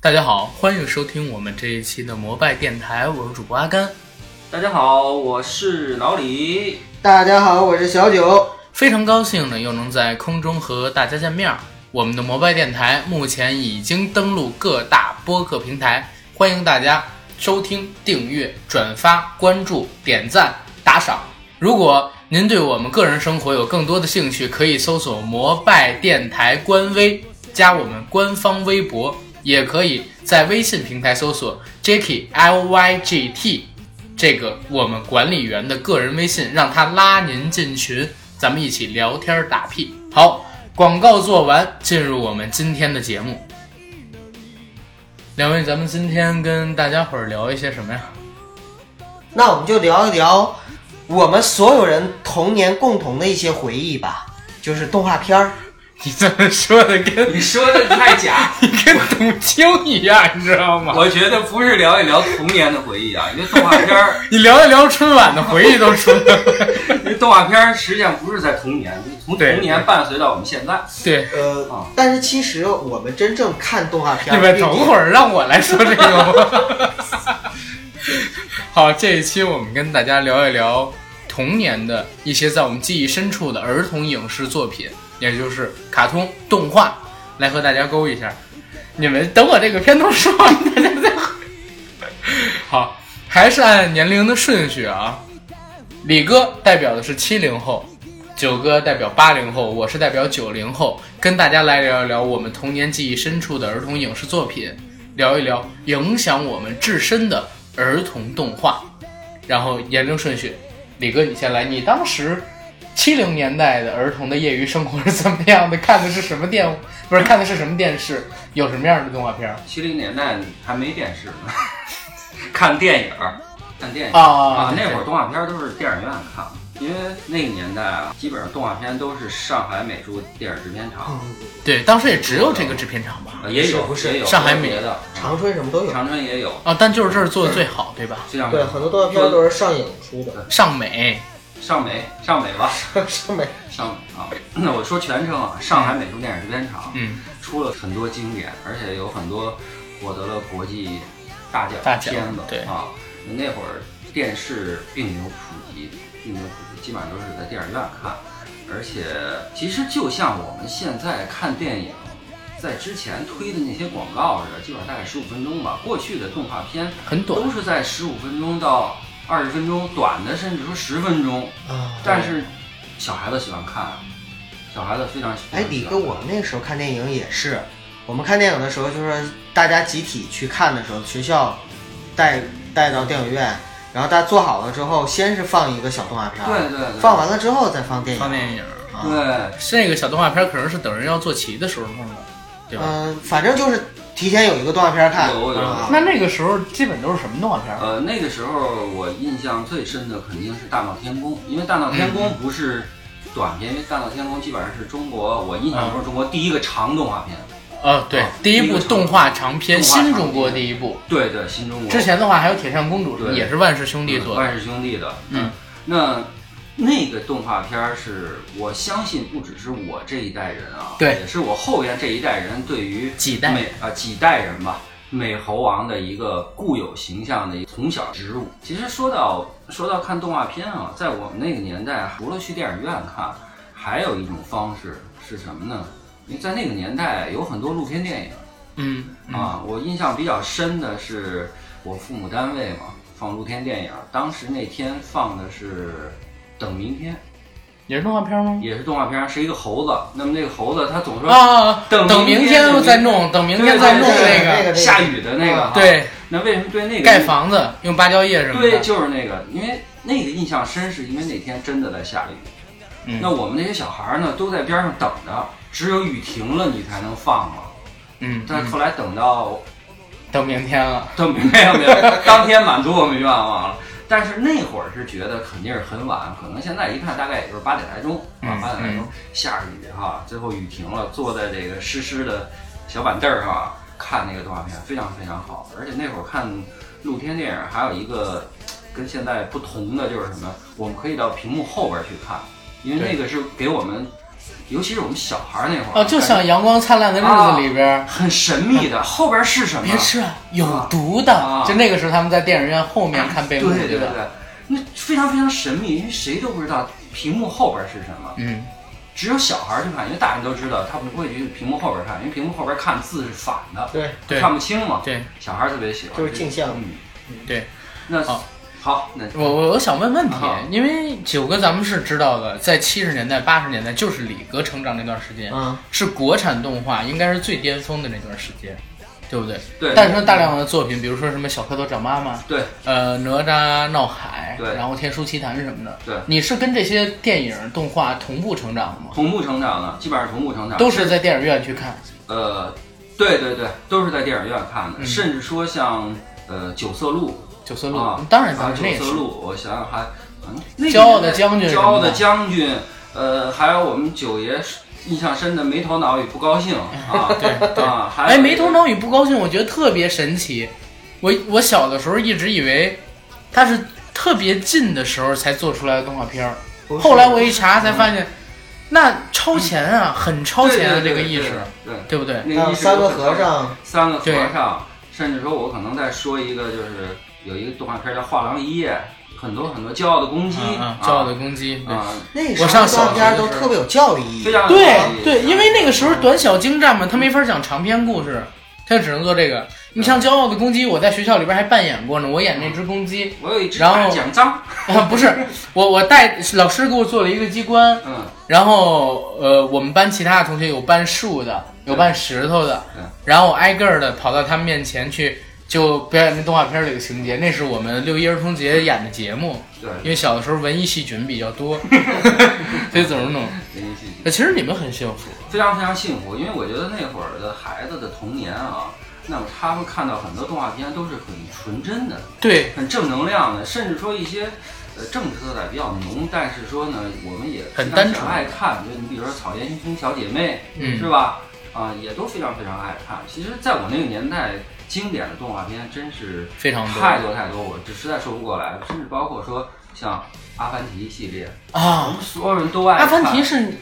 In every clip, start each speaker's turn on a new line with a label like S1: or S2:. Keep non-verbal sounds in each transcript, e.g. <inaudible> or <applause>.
S1: 大家好，欢迎收听我们这一期的摩拜电台，我是主播阿甘。
S2: 大家好，我是老李。
S3: 大家好，我是小九。
S1: 非常高兴呢，又能在空中和大家见面儿。我们的摩拜电台目前已经登陆各大播客平台，欢迎大家收听、订阅、转发、关注、点赞、打赏。如果您对我们个人生活有更多的兴趣，可以搜索“摩拜电台”官微，加我们官方微博，也可以在微信平台搜索 Jacky L Y G T 这个我们管理员的个人微信，让他拉您进群，咱们一起聊天儿打屁。好，广告做完，进入我们今天的节目。两位，咱们今天跟大家伙儿聊一些什么呀？ <laughs>
S3: 那我们就聊一聊我们所有人童年共同的一些回忆吧，就是动画片儿。
S1: 你这么说的跟
S2: 你说的太假，
S1: 你跟董卿一样，你知道吗？
S2: <laughs> 我觉得不是聊一聊童年的回忆啊，因为动画
S1: <laughs>
S2: 片儿，
S1: 你聊一聊春晚的回忆都出来了。
S2: 因为动画片儿实际上不是在童年，从
S1: 对
S2: 童年伴随到我们现在。
S1: 对，
S3: 呃
S2: 啊，
S3: 但是其实我们真正看动画片
S1: 你
S3: 儿，
S1: 们等会儿让我来说这个吧。 <laughs> 好，这一期我们跟大家聊一聊童年的一些在我们记忆深处的儿童影视作品，也就是卡通动画，来和大家勾一下。你们等我这个片头说完，大家再好，还是按年龄的顺序啊。李哥代表的是七零后，九哥代表八零后，我是代表九零后，跟大家来聊一聊我们童年记忆深处的儿童影视作品，聊一聊影响我们至深的儿童动画，然后年龄顺序。李哥，你先来，你当时七零年代的儿童的业余生活是怎么样的？看的是什么电？不是看的是什么电视？有什么样的动画片儿
S2: 七零年代还没电视呢， <laughs> 看电影儿，看电影儿
S1: 啊
S2: 那会儿动画片儿都是电影院看，因为那个年代啊，基本上动画片都是上海美术电影制片厂，
S3: 嗯，
S1: 对，当时也只有这个制片厂吧？
S2: 呃也有
S3: 是不是
S2: 也有
S1: 上海
S2: 个
S1: 美
S2: 别的，啊
S3: 长春什么都有。
S2: 长春也有，
S1: 啊，但就是这儿做的最好，对吧？
S2: 就像
S3: 对，很多动画片儿都是上影出的。
S1: 上美，
S2: 上美上美吧，
S3: 上美
S2: 上啊，那我说全称啊，上海美术电影制片厂
S1: 嗯，
S2: 出了很多经典，而且有很多获得了国际大奖
S1: 大奖
S2: 片子。
S1: 对
S2: 啊，那会儿电视并没有普及，并没有普及，基本上都是在电影院看。而且其实就像我们现在看电影，在之前推的那些广告似的，基本上大概十五分钟吧。过去的动画片
S1: 很短
S2: 都是在十五分钟到二十分钟，短的甚至说十分钟。
S3: 啊，
S2: 但是小孩子喜欢看，小孩子非常喜欢看。
S3: 哎，李哥，我们那时候看电影也是，我们看电影的时候就是大家集体去看的时候，学校带带到电影院，然后大家做好了之后，先是放一个小动画片儿，
S2: 对对对，
S3: 放完了之后再放电影。
S1: 放电影。
S3: 啊
S2: 对。
S1: 这个小动画片可能是等人要做齐的时候弄的，对
S2: 啊
S1: 吧？
S3: 嗯、反正就是提前有一个动画片看。
S2: 有有
S3: 啊
S1: 那那个时候基本都是什么动画片儿？
S2: 呃，那个时候我印象最深的肯定是《大闹天宫》，因为《大闹天宫》不是短片，因为《大闹天宫》基本上是中国我印象中是中国第一个长动画片。
S1: 呃，对
S2: 啊，
S1: 第一部
S2: 第一个
S1: 动画长片，
S2: 动画长
S1: 新
S2: 片
S1: 中国第一部。
S2: 对对，新中国
S1: 之前的话还有《铁扇公主》，
S2: 对
S1: 也是万氏兄弟做的。
S2: 万氏兄弟的。
S1: 嗯，
S2: 那那个动画片儿是我相信不只是我这一代人啊，
S1: 对
S2: 也是我后边这一代人对于
S1: 几代
S2: 美啊、几代人吧。美猴王的一个固有形象的一个从小植入。其实说到说到看动画片啊，在我们那个年代，除了去电影院看，还有一种方式是什么呢？因为在那个年代有很多露天电影，
S1: 嗯，嗯
S2: 啊，我印象比较深的是我父母单位嘛放露天电影，当时那天放的是《等明天
S1: 也是动画片吗》，？
S2: 也是动画片，是一个猴子。那么那个猴子他总说、
S1: 啊，
S2: 等
S1: 等明
S2: 明
S1: 天
S2: 天
S1: 再弄，等明天
S2: 对
S1: 再弄
S2: 对
S1: 那
S3: 对那
S1: 个。啊
S3: 个
S2: 下雨的那个哈，
S1: 对，
S2: 那为什么对那个
S1: 盖房子用芭蕉叶什么
S2: 对，
S1: 的。
S2: 就是那个，因为那个印象深，是因为那天真的在下雨。
S1: 嗯
S2: 那我们那些小孩儿呢，都在边上等着，只有雨停了你才能放嘛。
S1: 嗯，
S2: 但是
S1: 嗯
S2: 后来等到
S1: 等明天了。
S2: <laughs> 都没有没有，当天满足我们愿望了。但是那会儿是觉得肯定是很晚，可能现在一看大概也就是八点来钟啊
S1: 嗯，
S2: 八点来钟下雨哈、最后雨停了，坐在这个湿湿的小板凳儿哈，看那个动画片非常非常好。而且那会儿看露天电影还有一个跟现在不同的就是什么，我们可以到屏幕后边去看，因为
S1: 对
S2: 那个是给我们尤其是我们小孩儿那会儿
S1: 哦，就像《
S2: 感
S1: 阳光灿烂的日子》里边，
S2: 觉很神秘的，后边是什么？
S1: 别吃啊，有毒的。
S2: 啊
S1: 就那个时候他们在电影院后面看
S2: 对
S1: 备幕，
S2: 对对
S1: 吧？
S2: 对，那非常非常神秘，因为谁都不知道屏幕后边是什么。
S1: 嗯，
S2: 只有小孩儿去看，因为大人都知道他不会去屏幕后边看，因为屏幕后边看字是反的，
S3: 对，
S1: 对
S2: 看不清嘛。
S1: 对，
S2: 小孩儿特别喜欢，
S3: 就是镜像
S2: 嗯，
S1: 对。
S2: 那
S1: 好
S2: 好，那
S1: 我我我想问问题
S2: 啊，
S1: 因为九哥咱们是知道的，在七十年代、八十年代，就是李哥成长那段时间，
S3: 嗯，
S1: 是国产动画应该是最巅峰的那段时间，对不对？
S2: 对
S1: 诞生了大量的作品，比如说什么《小蝌蚪找妈妈》，
S2: 对
S1: 呃，《哪吒闹海》，
S2: 对
S1: 然后《天书奇谭》什么的。
S2: 对
S1: 你是跟这些电影动画同步成长的吗？
S2: 同步成长的，基本上是同步成长，
S1: 都是在电影院去看。
S2: 呃，对对对，都是在电影院看
S1: 嗯
S2: 的，甚至说像呃《九色鹿》
S1: 九色鹿，
S2: 啊，
S1: 当然咱
S2: 啊，
S1: 们
S2: 九
S1: 那也
S2: 色
S1: 是。
S2: 鹿，我想想还，嗯，那个
S1: 骄傲
S2: 年
S1: 的
S2: 代
S1: 将军
S2: 骄傲
S1: 什么的
S2: 的将军，呃，还有我们九爷印象深的没头脑与不高兴
S1: <laughs>
S2: 啊，
S1: 对
S2: 啊，还有
S1: 哎，没头脑与不高兴，我觉得特别神奇。我我小的时候一直以为它是特别近的时候才做出来的动画片儿，
S3: 不是
S1: 后来我一查才发现，那超前啊，很超前啊，
S2: 嗯对
S1: 这
S2: 对
S1: 个
S2: 对嗯
S1: 意识，
S2: 对，
S1: 对不对？
S2: 那
S3: 还
S2: 个
S3: 有
S2: 意识
S3: 三个
S2: 都是
S3: 和尚，
S2: 三个和
S1: 对
S2: 尚，甚至说我可能再说一个，就是有一个动画片叫《画廊一夜》，很多很多骄傲的公鸡，
S1: 嗯嗯
S2: 啊，
S1: 骄傲的公鸡。对
S2: 啊，
S3: 那时
S1: 我上
S3: 候
S1: 小
S3: 照片
S1: 学
S3: 都
S1: 的时候
S3: 特别有教育意
S2: 非
S3: 义。
S2: 常有道
S1: 对
S2: 理
S1: 对，因为那个时候短小精湛嘛，他没法讲长篇故事，他就只能做这个。你像《骄傲的公鸡》，我在学校里边还扮演过呢，我演那只公鸡，
S2: 啊我有一只
S1: 然后
S2: 大奖章，
S1: 啊、 <laughs> 不是我，我带老师给我做了一个机关，
S2: 嗯，
S1: 然后呃，我们班其他的同学有搬树的，有搬石头的
S2: 对，
S1: 然后我挨个儿的跑到他们面前去。就表演那动画片里的情节，那是我们六一儿童节演的节目，
S2: 对，
S1: 因为小的时候文艺细菌比较多，所以总是弄。
S2: 人气
S1: 呃其实你们很幸福，
S2: 非常非常幸福，因为我觉得那会儿的孩子的童年啊，那么他们看到很多动画片都是很纯真的，
S1: 对，
S2: 很正能量的，甚至说一些呃政治色彩比较浓，但是说呢，我们也
S1: 很
S2: 非常
S1: 单纯
S2: 爱看，就你比如说《草原英雄小姐妹》，
S1: 嗯
S2: 是吧？啊、也都非常非常爱看。其实，在我那个年代，经典的动画片真是
S1: 非常多
S2: 太多太多，我这实在说不过来了，甚至包括说像《阿凡提》系列，我
S1: 啊
S2: 们。所有人都爱
S1: 阿
S2: 看。
S1: 凡提是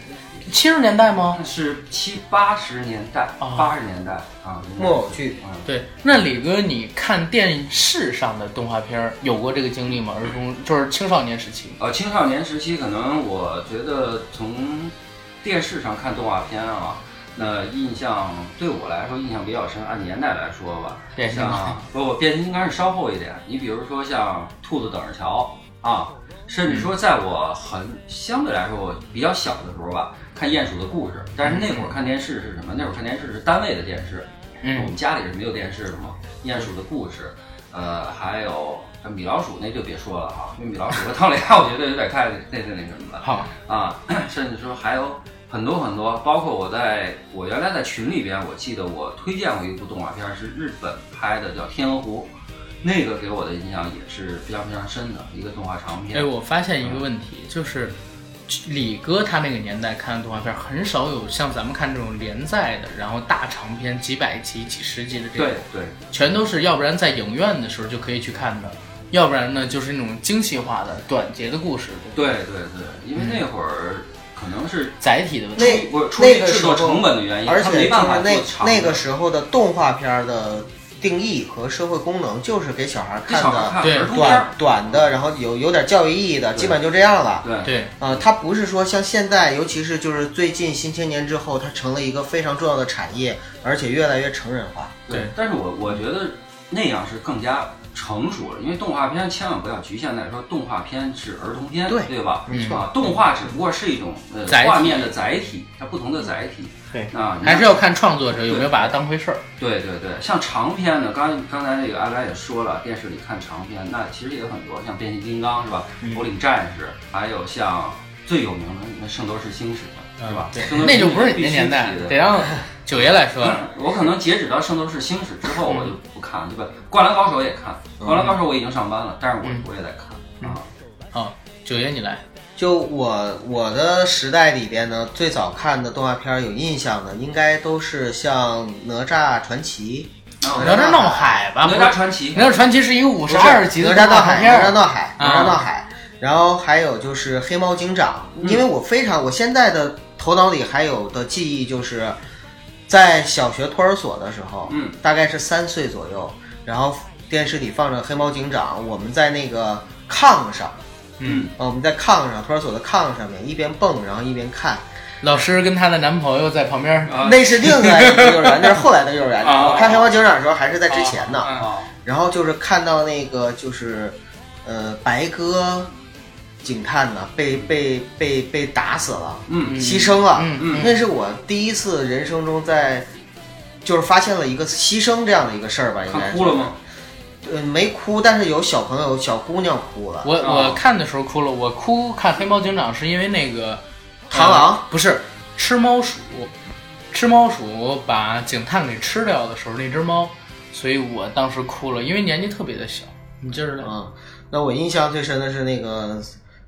S1: 七十年代吗？
S2: 是七八十年代，
S1: 啊
S2: 八十年代啊，
S3: 木偶剧
S2: 啊，
S1: 对，那李哥，你看电视上的动画片儿有过这个经历吗？儿童就是青少年时期，
S2: 呃，青少年时期，可能我觉得从电视上看动画片啊，那印象对我来说印象比较深，按年代来说吧，
S1: 变形金刚
S2: 像不不变形金刚是稍后一点，你比如说像兔子等着瞧啊，甚至说在我很相对来说我比较小的时候吧，看鼹鼠的故事，但是那会儿看电视是什么？那会儿看电视是单位的电视，我
S1: 嗯
S2: 们家里是没有电视的嘛，《鼹鼠的故事》，呃，还有呃米老鼠那就别说了哈，因为米老鼠和唐老 <laughs> 鸭我觉得有点太那那那什么了
S1: 好，
S2: 啊， <clears throat> 甚至说还有很多很多，包括我在我原来在群里边，我记得我推荐过一部动画片，是日本拍的，叫《天鹅湖》，那个给我的印象也是非常非常深的一个动画长
S1: 哎，
S2: 片。
S1: 我发现一个问题，就是李哥他那个年代看的动画片儿，很少有像咱们看这种连载的，然后大长篇几百集、几十集的这种
S2: 对，对，
S1: 全都是要不然在影院的时候就可以去看的，要不然呢就是那种精细化的短节的故事，吧
S2: 对对对，因为那会儿可能是
S1: 载体的问题。
S3: 那
S2: 出不是出
S3: 那
S2: 于
S3: 个
S2: 制作
S3: 时候
S2: 成本的原因，
S3: 而
S2: 他
S3: 且
S2: 没
S3: 就
S2: 办法
S3: 是
S2: 做
S3: 那
S2: 长
S3: 那
S2: 的
S3: 个时候的动画片儿的定义和社会功能，就是给小孩儿
S2: 给
S3: 看
S2: 小孩
S3: 的
S2: 看
S1: 对
S2: 儿童片儿
S3: 短。短的，然后有有点教育意义的，
S2: 对
S3: 基本就这样了。
S2: 对
S1: 对，
S3: 呃，它不是说像现在，尤其是就是最近新青年之后，它成了一个非常重要的产业，而且越来越成人化。
S1: 对
S2: 但是我我觉得那样是更加成熟了，因为动画片千万不要局限在说动画片是儿童片，
S3: 对
S2: 对吧？
S3: 没错
S2: 啊，动画只不过是一种呃
S1: 载体
S2: 画面的载体，它不同的载体。
S3: 对
S2: 啊，
S1: 还是要看创作者有没有把它当回事儿。
S2: 对对对，像长篇的，刚刚才那个阿兰也说了，电视里看长篇，那其实也有很多，像变形金刚是吧？
S1: 嗯
S2: 头领战士，还有像最有名的那《圣斗士星矢》是吧？
S1: 对
S2: 圣斗，士
S1: 嗯那就
S2: 星矢
S1: 不是你
S2: 必
S1: 那
S2: 须
S1: 年代
S2: 提，的
S1: 得让九爷来说。
S2: 我可能截止到《圣斗士星矢》之后，
S1: 嗯
S2: 我就不看了，对吧？《灌篮高手》也看，《灌篮高手》我已经上班了，但是
S1: 嗯
S2: 我我也在看啊。
S1: 好，九爷你来。
S3: 就我我的时代里边呢，最早看的动画片儿有印象的，应该都是像《哪吒传奇
S2: 然后
S1: 哪吒闹海吧，
S2: 哪
S1: 不是
S2: 吒传奇，
S1: 哪吒传奇是一个五》十二集的
S3: 哪吒
S1: 动
S3: 闹
S1: 画
S3: 海》
S1: 片
S3: 《哪吒
S1: 儿，啊嗯
S3: 闹海》《哪吒闹海》，然后还有就是《黑猫警长》，因为我非常我现在的头脑里还有的记忆就是，在小学托儿所的时候，
S2: 嗯，
S3: 大概是三岁左右，然后电视里放着《黑猫警长》，我们在那个炕上，
S1: 嗯，
S3: 呃我们在炕上，托儿所的炕上面一边蹦，然后一边看，
S1: 老师跟她的男朋友在旁边
S2: 啊
S3: 那是另外一个幼儿
S2: <laughs>
S3: 园，那是后来的幼儿园。
S2: 啊
S3: 我看《黑猫警长》的时候还是在之前呢，
S1: 啊
S2: 啊，
S3: 然后就是看到那个就是，呃，白鸽警探呢被被被被打死了，
S2: 嗯
S3: 牺牲了。
S1: 嗯嗯
S3: 那是我第一次人生中在，就是发现了一个牺牲这样的一个事儿吧，应该
S2: 看
S3: 是
S2: 哭了？吗？
S3: 呃，没哭，但是有小朋友小姑娘哭了。
S1: 我
S2: 啊
S1: 我看的时候哭了，我哭看《黑猫警长》是因为那个
S3: <laughs> 螳
S2: 啊
S3: 螂
S1: 呃不是吃猫鼠，吃猫鼠把警探给吃掉的时候那只猫，所以我当时哭了，因为年纪特别的小，你接着来，
S3: 嗯，那我印象最深的是那个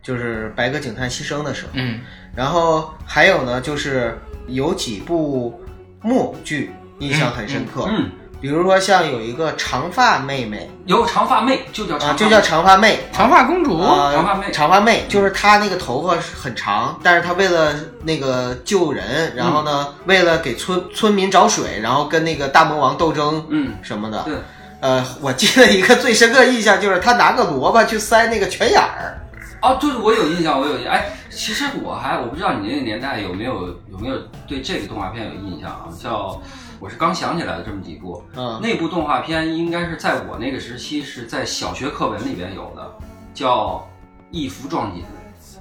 S3: 就是白鸽警探牺牲的时候。
S1: 嗯
S3: 然后还有呢，就是有几部木偶剧印象很深刻，
S2: 嗯，
S3: 比如说像有一个长发妹妹
S2: 有长发妹就叫
S3: 啊，
S2: 哦长
S3: 就
S2: 发
S3: 叫
S2: 妹，
S3: 长发妹。
S1: 长发公主，
S3: 啊，
S2: 长发妹嗯
S3: 长发妹就是她那个头发是很长，但是她为了那个救人，然
S2: 嗯
S3: 后呢，为了给村村民找水，然后跟那个大魔王斗争
S2: 嗯，
S3: 什么的。
S2: 对，
S3: 呃，我记得一个最深刻印象就是她拿个萝卜去塞那个泉眼儿，
S2: 哦，对，我有印象，我有印象。哎，其实我还我不知道你那个年代有没有有没有对这个动画片有印象啊？叫我是刚想起来的这么几部，
S3: 嗯，
S2: 那部动画片应该是在我那个时期是在小学课文里边有的，叫《一夫撞锦》，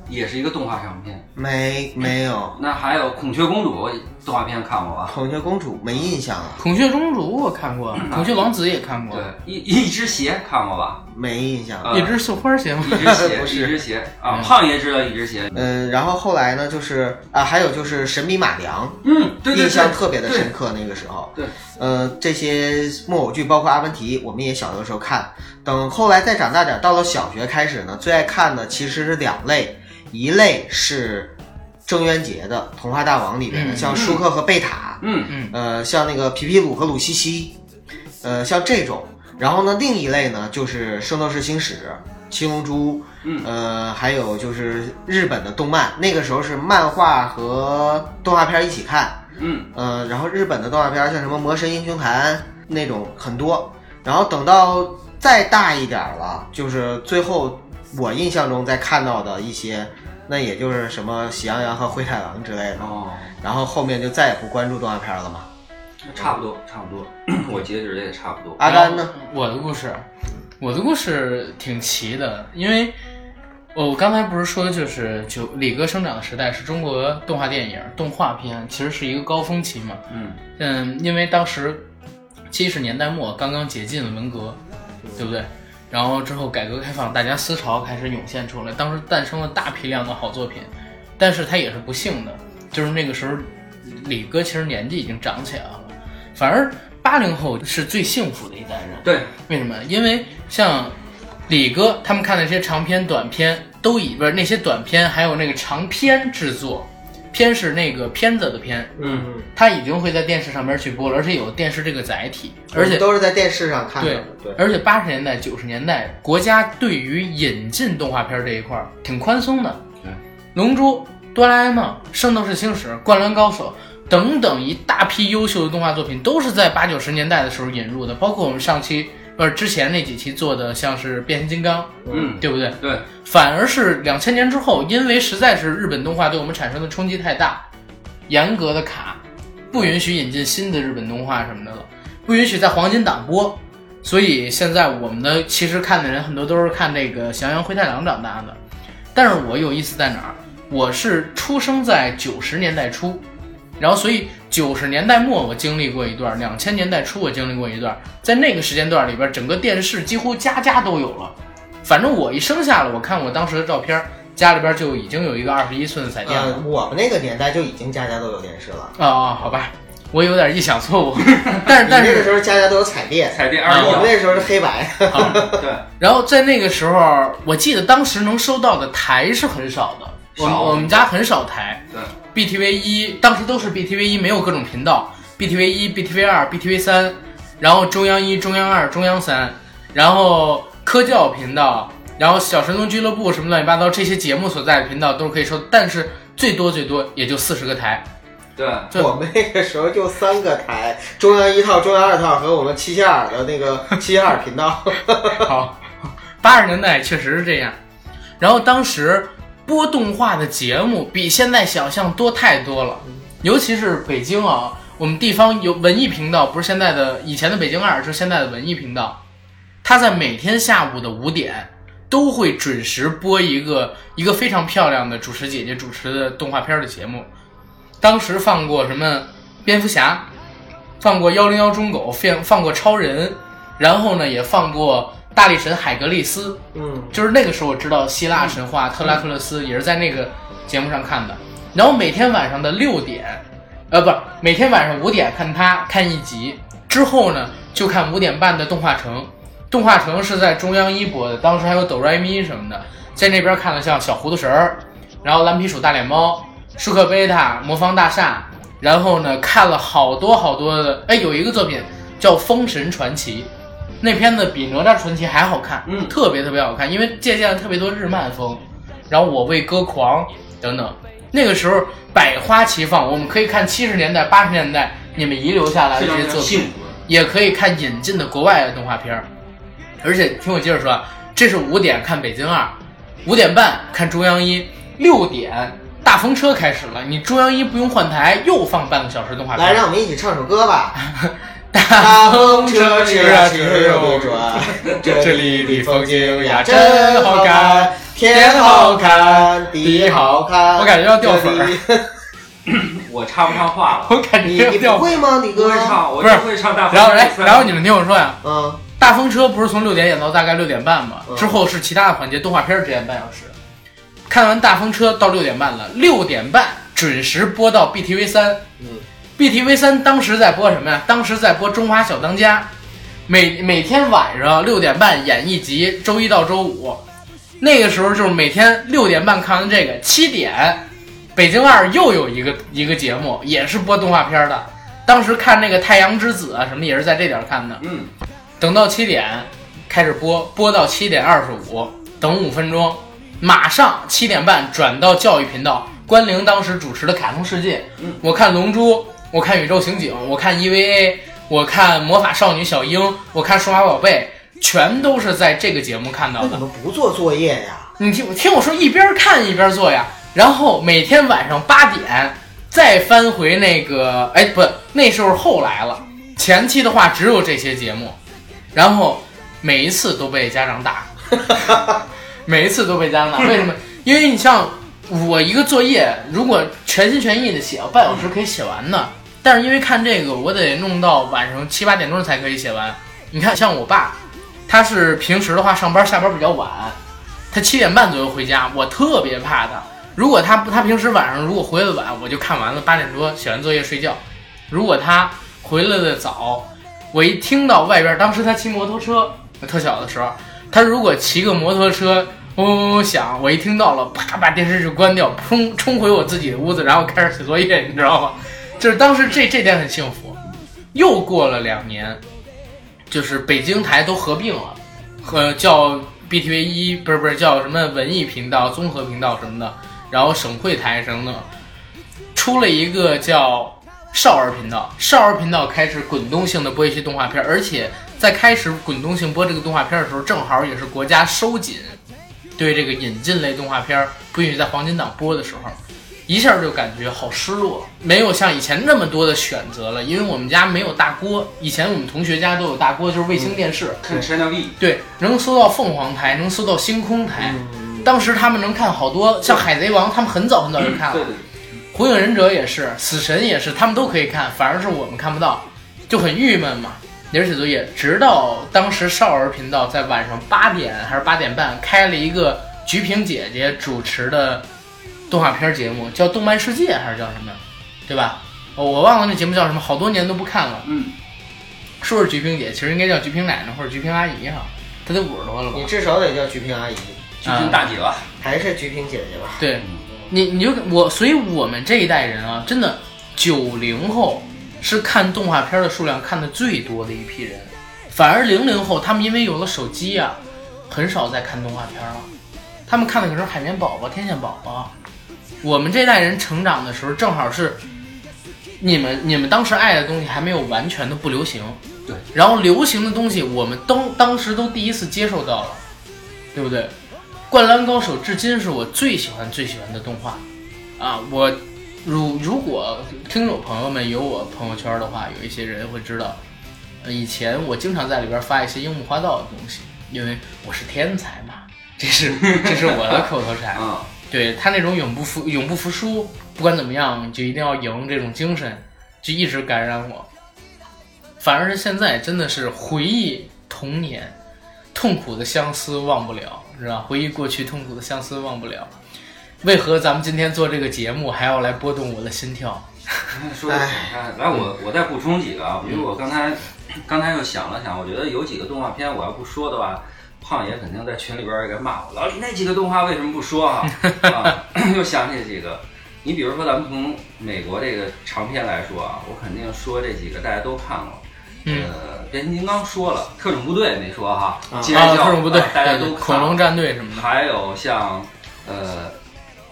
S2: 也是一个动画长片。
S3: 没没有，
S2: 那还有《孔雀公主》动画片看过吧？
S3: 孔雀公主没印象了，
S1: 孔雀公主我看
S3: <clears throat>
S1: 过，孔雀王子也看过
S2: 对，，一一只鞋看过吧？
S3: 没印象。
S2: 啊
S1: 一只绣花鞋吗
S2: 一？只鞋，
S3: 不是
S2: 一只鞋啊！
S1: 嗯
S2: 胖爷知道一只鞋。
S3: 嗯，然后后来呢，就是啊，还有就是神笔马良，
S2: 嗯，对对对，
S3: 印象特别的深
S2: 刻。
S3: 刻。那个时候，
S2: 对，
S3: 呃，这些木偶剧包括阿凡提，我们也小的时候看。等后来再长大点，到了小学开始呢，最爱看的其实是两类，一类是郑渊洁的《童话大王》里面的，
S1: 嗯
S3: 像舒克和贝塔，
S2: 嗯，
S3: 呃，像那个皮皮鲁和鲁西西，呃，像这种。然后呢，另一类呢就是《圣斗士星矢》《七龙珠》，
S2: 嗯
S3: 呃，还有就是日本的动漫，那个时候是漫画和动画片一起看，
S2: 嗯，
S3: 呃，然后日本的动画片像什么《魔神英雄坛》那种很多。然后等到再大一点了，就是最后我印象中再看到的一些，那也就是什么《喜羊羊》和《灰太狼》之类的。
S2: 哦，
S3: 然后后面就再也不关注动画片了嘛。
S2: 差不多，差不多， <clears throat> 我截止的也差不多。
S3: 阿甘呢？
S1: 我的故事，我的故事挺奇的，因为我刚才不是说，就是九李哥生长的时代是中国动画电影、动画片其实是一个高峰期嘛。
S2: 嗯
S1: 嗯，因为当时七十年代末刚刚解禁文革，对不对？然后之后改革开放，大家思潮开始涌现出来，当时诞生了大批量的好作品，但是它也是不幸的，就是那个时候，李哥其实年纪已经长起来了，反而八零后是最幸福的一代人。
S2: 对，
S1: 为什么？因为像李哥他们看的这些长篇、短篇，都以不是那些短篇，还有那个长篇制作，片是那个片子的片，
S2: 嗯，
S1: 它已经会在电视上面去播了，而且有电视这个载体，而且
S3: 都是在电视上看到
S1: 对
S3: 的。对，
S1: 而且八十年代、九十年代，国家对于引进动画片这一块儿挺宽松的。
S2: 对，
S1: 龙珠、哆啦 A 梦、圣斗士星矢、灌篮高手等等一大批优秀的动画作品，都是在八九十年代的时候引入的。包括我们上期不是之前那几期做的，像是变形金刚，
S2: 嗯，
S1: 对不对？
S2: 对，
S1: 反而是两千年之后，因为实在是日本动画对我们产生的冲击太大，严格的卡，不允许引进新的日本动画什么的了，不允许在黄金档播，所以现在我们的其实看的人很多都是看这个《降羊灰太狼》长大的。但是我有意思在哪儿？我是出生在九十年代初，然后所以九十年代末我经历过一段，两千年代初我经历过一段，在那个时间段里边，整个电视几乎家家都有了。反正我一生下来，我看我当时的照片，家里边就已经有一个二十一寸的彩电了。
S3: 呃，我们那个年代就已经家家都有电视了。
S1: 啊、啊，好吧，我有点臆想错误，但是
S3: 你
S1: 但
S3: 那个时
S1: 是，
S3: 候家家都有彩电，
S2: 彩电二
S1: 啊
S3: 我们
S2: 幺，
S3: 那时候是黑白。
S2: 对，
S1: 然后在那个时候，我记得当时能收到的台是很少的，我们
S2: 少
S1: 我们家很少台
S2: 对，
S1: ，BTV 一当时都是 BTV 一，没有各种频道，BTV 一、BTV 二、BTV 三，然后中央一、中央二、中央三，然后科教频道，然后小神龙俱乐部什么乱七八糟这些节目所在的频道都是可以收，但是最多最多也就四十个台，
S2: 对，
S1: 对
S3: 我们那个时候就三个台，中央一套、中央二套和我们齐齐哈尔的那个齐齐哈尔频道。
S1: <laughs> 好，八十年代确实是这样。然后当时播动画的节目比现在想象多太多了，尤其是北京啊，我们地方有文艺频道，不是现在的以前的北京二，是现在的文艺频道，它在每天下午的五点。都会准时播一个一个非常漂亮的主持姐姐主持的动画片的节目，当时放过什么蝙蝠侠，放过幺零幺中狗，放放过超人，然后呢也放过大力神海格力斯，
S3: 嗯，
S1: 就是那个时候我知道希腊神话特拉克勒斯也是在那个节目上看的。然后每天晚上的六点，呃，不，每天晚上五点看他看一集，之后呢就看五点半的动画城。动画城是在中央一播的，当时还有哆来咪什么的，在那边看了像小糊涂神儿，然后蓝皮鼠大脸猫、舒克贝塔、魔方大厦，然后呢看了好多好多的，哎，有一个作品叫《封神传奇》，那片子比《哪吒传奇》还好看，
S2: 嗯
S1: 特别特别好看，因为借鉴了特别多日漫风，然后我为歌狂等等，那个时候百花齐放，我们可以看七十年代、八十年代你们遗留下来的这些
S2: 非常非常
S1: 作品
S2: 幸，福。
S1: 也可以看引进的国外的动画片儿。而且听我接着说，啊，这是五点看北京二，五点半看中央一，六点大风车开始了，你中央一不用换台，又放半个小时动画片
S3: 来，
S1: 儿。
S3: 让我们一起唱首歌吧。
S1: 大
S3: 大风车驰呀驰又转，
S1: <laughs>
S3: 这里的风景呀真好看，天好看，地好看。
S1: 我感觉要掉粉儿
S3: 这里。
S2: 我插不上话了，
S1: 我感
S3: 你
S1: 觉
S3: 你
S1: 要
S3: 不
S1: 掉。
S3: 会吗？你
S2: 不
S3: 哥
S2: 会，唱，我
S1: 不是
S2: 就会唱大风
S1: 然后
S2: 来
S1: 来，，然后你们听我说呀、
S3: 嗯，
S1: 大风车不是从六点演到大概六点半吗
S3: 嗯？
S1: 之后是其他的环节，动画片儿只演半小时。看完大风车到六点半了，六点半准时播到 BTV 三。
S3: 嗯
S1: ，BTV 三当时在播什么呀？当时在播《中华小当家》每，每天晚上六点半演一集，周一到周五。那个时候就是每天六点半看完这个，七点，北京二又有一个一个节目，也是播动画片儿的。当时看那个《太阳之子》啊什么也是在这点儿看的。
S2: 嗯，
S1: 等到七点开始播，播到七点二十五，等五分钟，马上七点半转到教育频道。关凌当时主持的《卡通世界》
S2: 嗯
S1: 我看《龙珠》，我看《宇宙刑警》，我看 EVA，我看《魔法少女小樱》，我看《数码宝贝》，全都是在这个节目看
S3: 那
S1: 到的
S3: 你。们不做作业呀？
S1: 你听听我说，一边看一边做呀。然后每天晚上八点再翻回那个，哎，不，那时候后来了。前期的话只有这些节目，然后每一次都被家长打，每一次都被家长打。为什么？因为你像我一个作业，如果全心全意的写，半小时可以写完呢。但是因为看这个，我得弄到晚上七八点钟才可以写完。你看，像我爸，他是平时的话上班下班比较晚，他七点半左右回家，我特别怕他。如果他不，他平时晚上如果回来的晚，我就看完了八点多写完作业睡觉。如果他回来的早，我一听到外边，当时他骑摩托车，我特小的时候，他如果骑个摩托车嗡嗡嗡响，我一听到了，啪把电视就关掉，冲冲回我自己的屋子，然后开始写作业，你知道吗？就是当时这这点很幸福。又过了两年，就是北京台都合并了，和叫 BTV 一不是不是叫什么文艺频道、综合频道什么的，然后省会台什么的，出了一个叫少儿频道。少儿频道开始滚动性的播一些动画片，而且在开始滚动性播这个动画片的时候，正好也是国家收紧对这个引进类动画片不允许在黄金档播的时候。一下就感觉好失落，没有像以前那么多的选择了，因为我们家没有大锅，以前我们同学家都有大锅，就是卫星电视，
S2: 看 Channel V，
S1: 对，能搜到凤凰台，能搜到星空台。
S3: 嗯，
S1: 当时他们能看好多，像《海贼王》，他们很早很早就看了，
S2: 对对，
S1: 火影忍者》也是，《死神》也是，他们都可以看，反而是我们看不到，就很郁闷嘛。也是写作业，直到当时少儿频道在晚上八点还是八点半开了一个菊萍姐姐主持的动画片节目，叫《动漫世界》还是叫什么，对吧？哦我忘了那节目叫什么，好多年都不看了。
S2: 嗯，
S1: 说是菊萍姐，其实应该叫菊萍奶奶或者菊萍阿姨哈，她都五十多了吧
S3: <laughs> 你？至少得叫菊萍阿姨，
S2: 就听大姐吧，
S3: 还是菊萍姐姐吧？
S1: 对，你你就我，所以我们这一代人啊，真的九零后是看动画片的数量看的最多的一批人，反而零零后他们因为有了手机啊，很少再看动画片了，他们看的可是海绵宝宝、天线宝宝，我们这代人成长的时候，正好是你们你们当时爱的东西还没有完全的不流行，
S2: 对，
S1: 然后流行的东西我们都当时都第一次接受到了，对不对？《灌篮高手》至今是我最喜欢最喜欢的动画，啊，我如如果听友朋友们有我朋友圈的话，有一些人会知道，呃以前我经常在里边发一些樱木花道的东西，因为我是天才嘛，这是这是我的口头禅。
S2: 嗯，
S1: 对他那种永不服永不服输，不管怎么样就一定要赢这种精神，就一直感染我。反而是现在真的是回忆童年，痛苦的相思忘不了，是吧？回忆过去痛苦的相思忘不了。为何咱们今天做这个节目还要来拨动我的心跳？
S2: 说的挺开来，
S1: 嗯
S2: 我我再补充几个啊，因为我刚才刚才又想了想，我觉得有几个动画片我要不说的话，胖爷肯定在群里边儿该骂我。老李那几个动画为什么不说啊？啊， <clears throat> 又想起几个，你比如说咱们从美国这个长片来说啊，我肯定说这几个大家都看过。
S1: 嗯
S2: 呃，变形金刚说了，特种部队没说哈，
S3: 啊
S2: 既然
S1: 啊，
S2: 叫
S1: 特种部队
S2: 啊、、大家都看
S1: 恐龙战队什么的。
S2: 还有像呃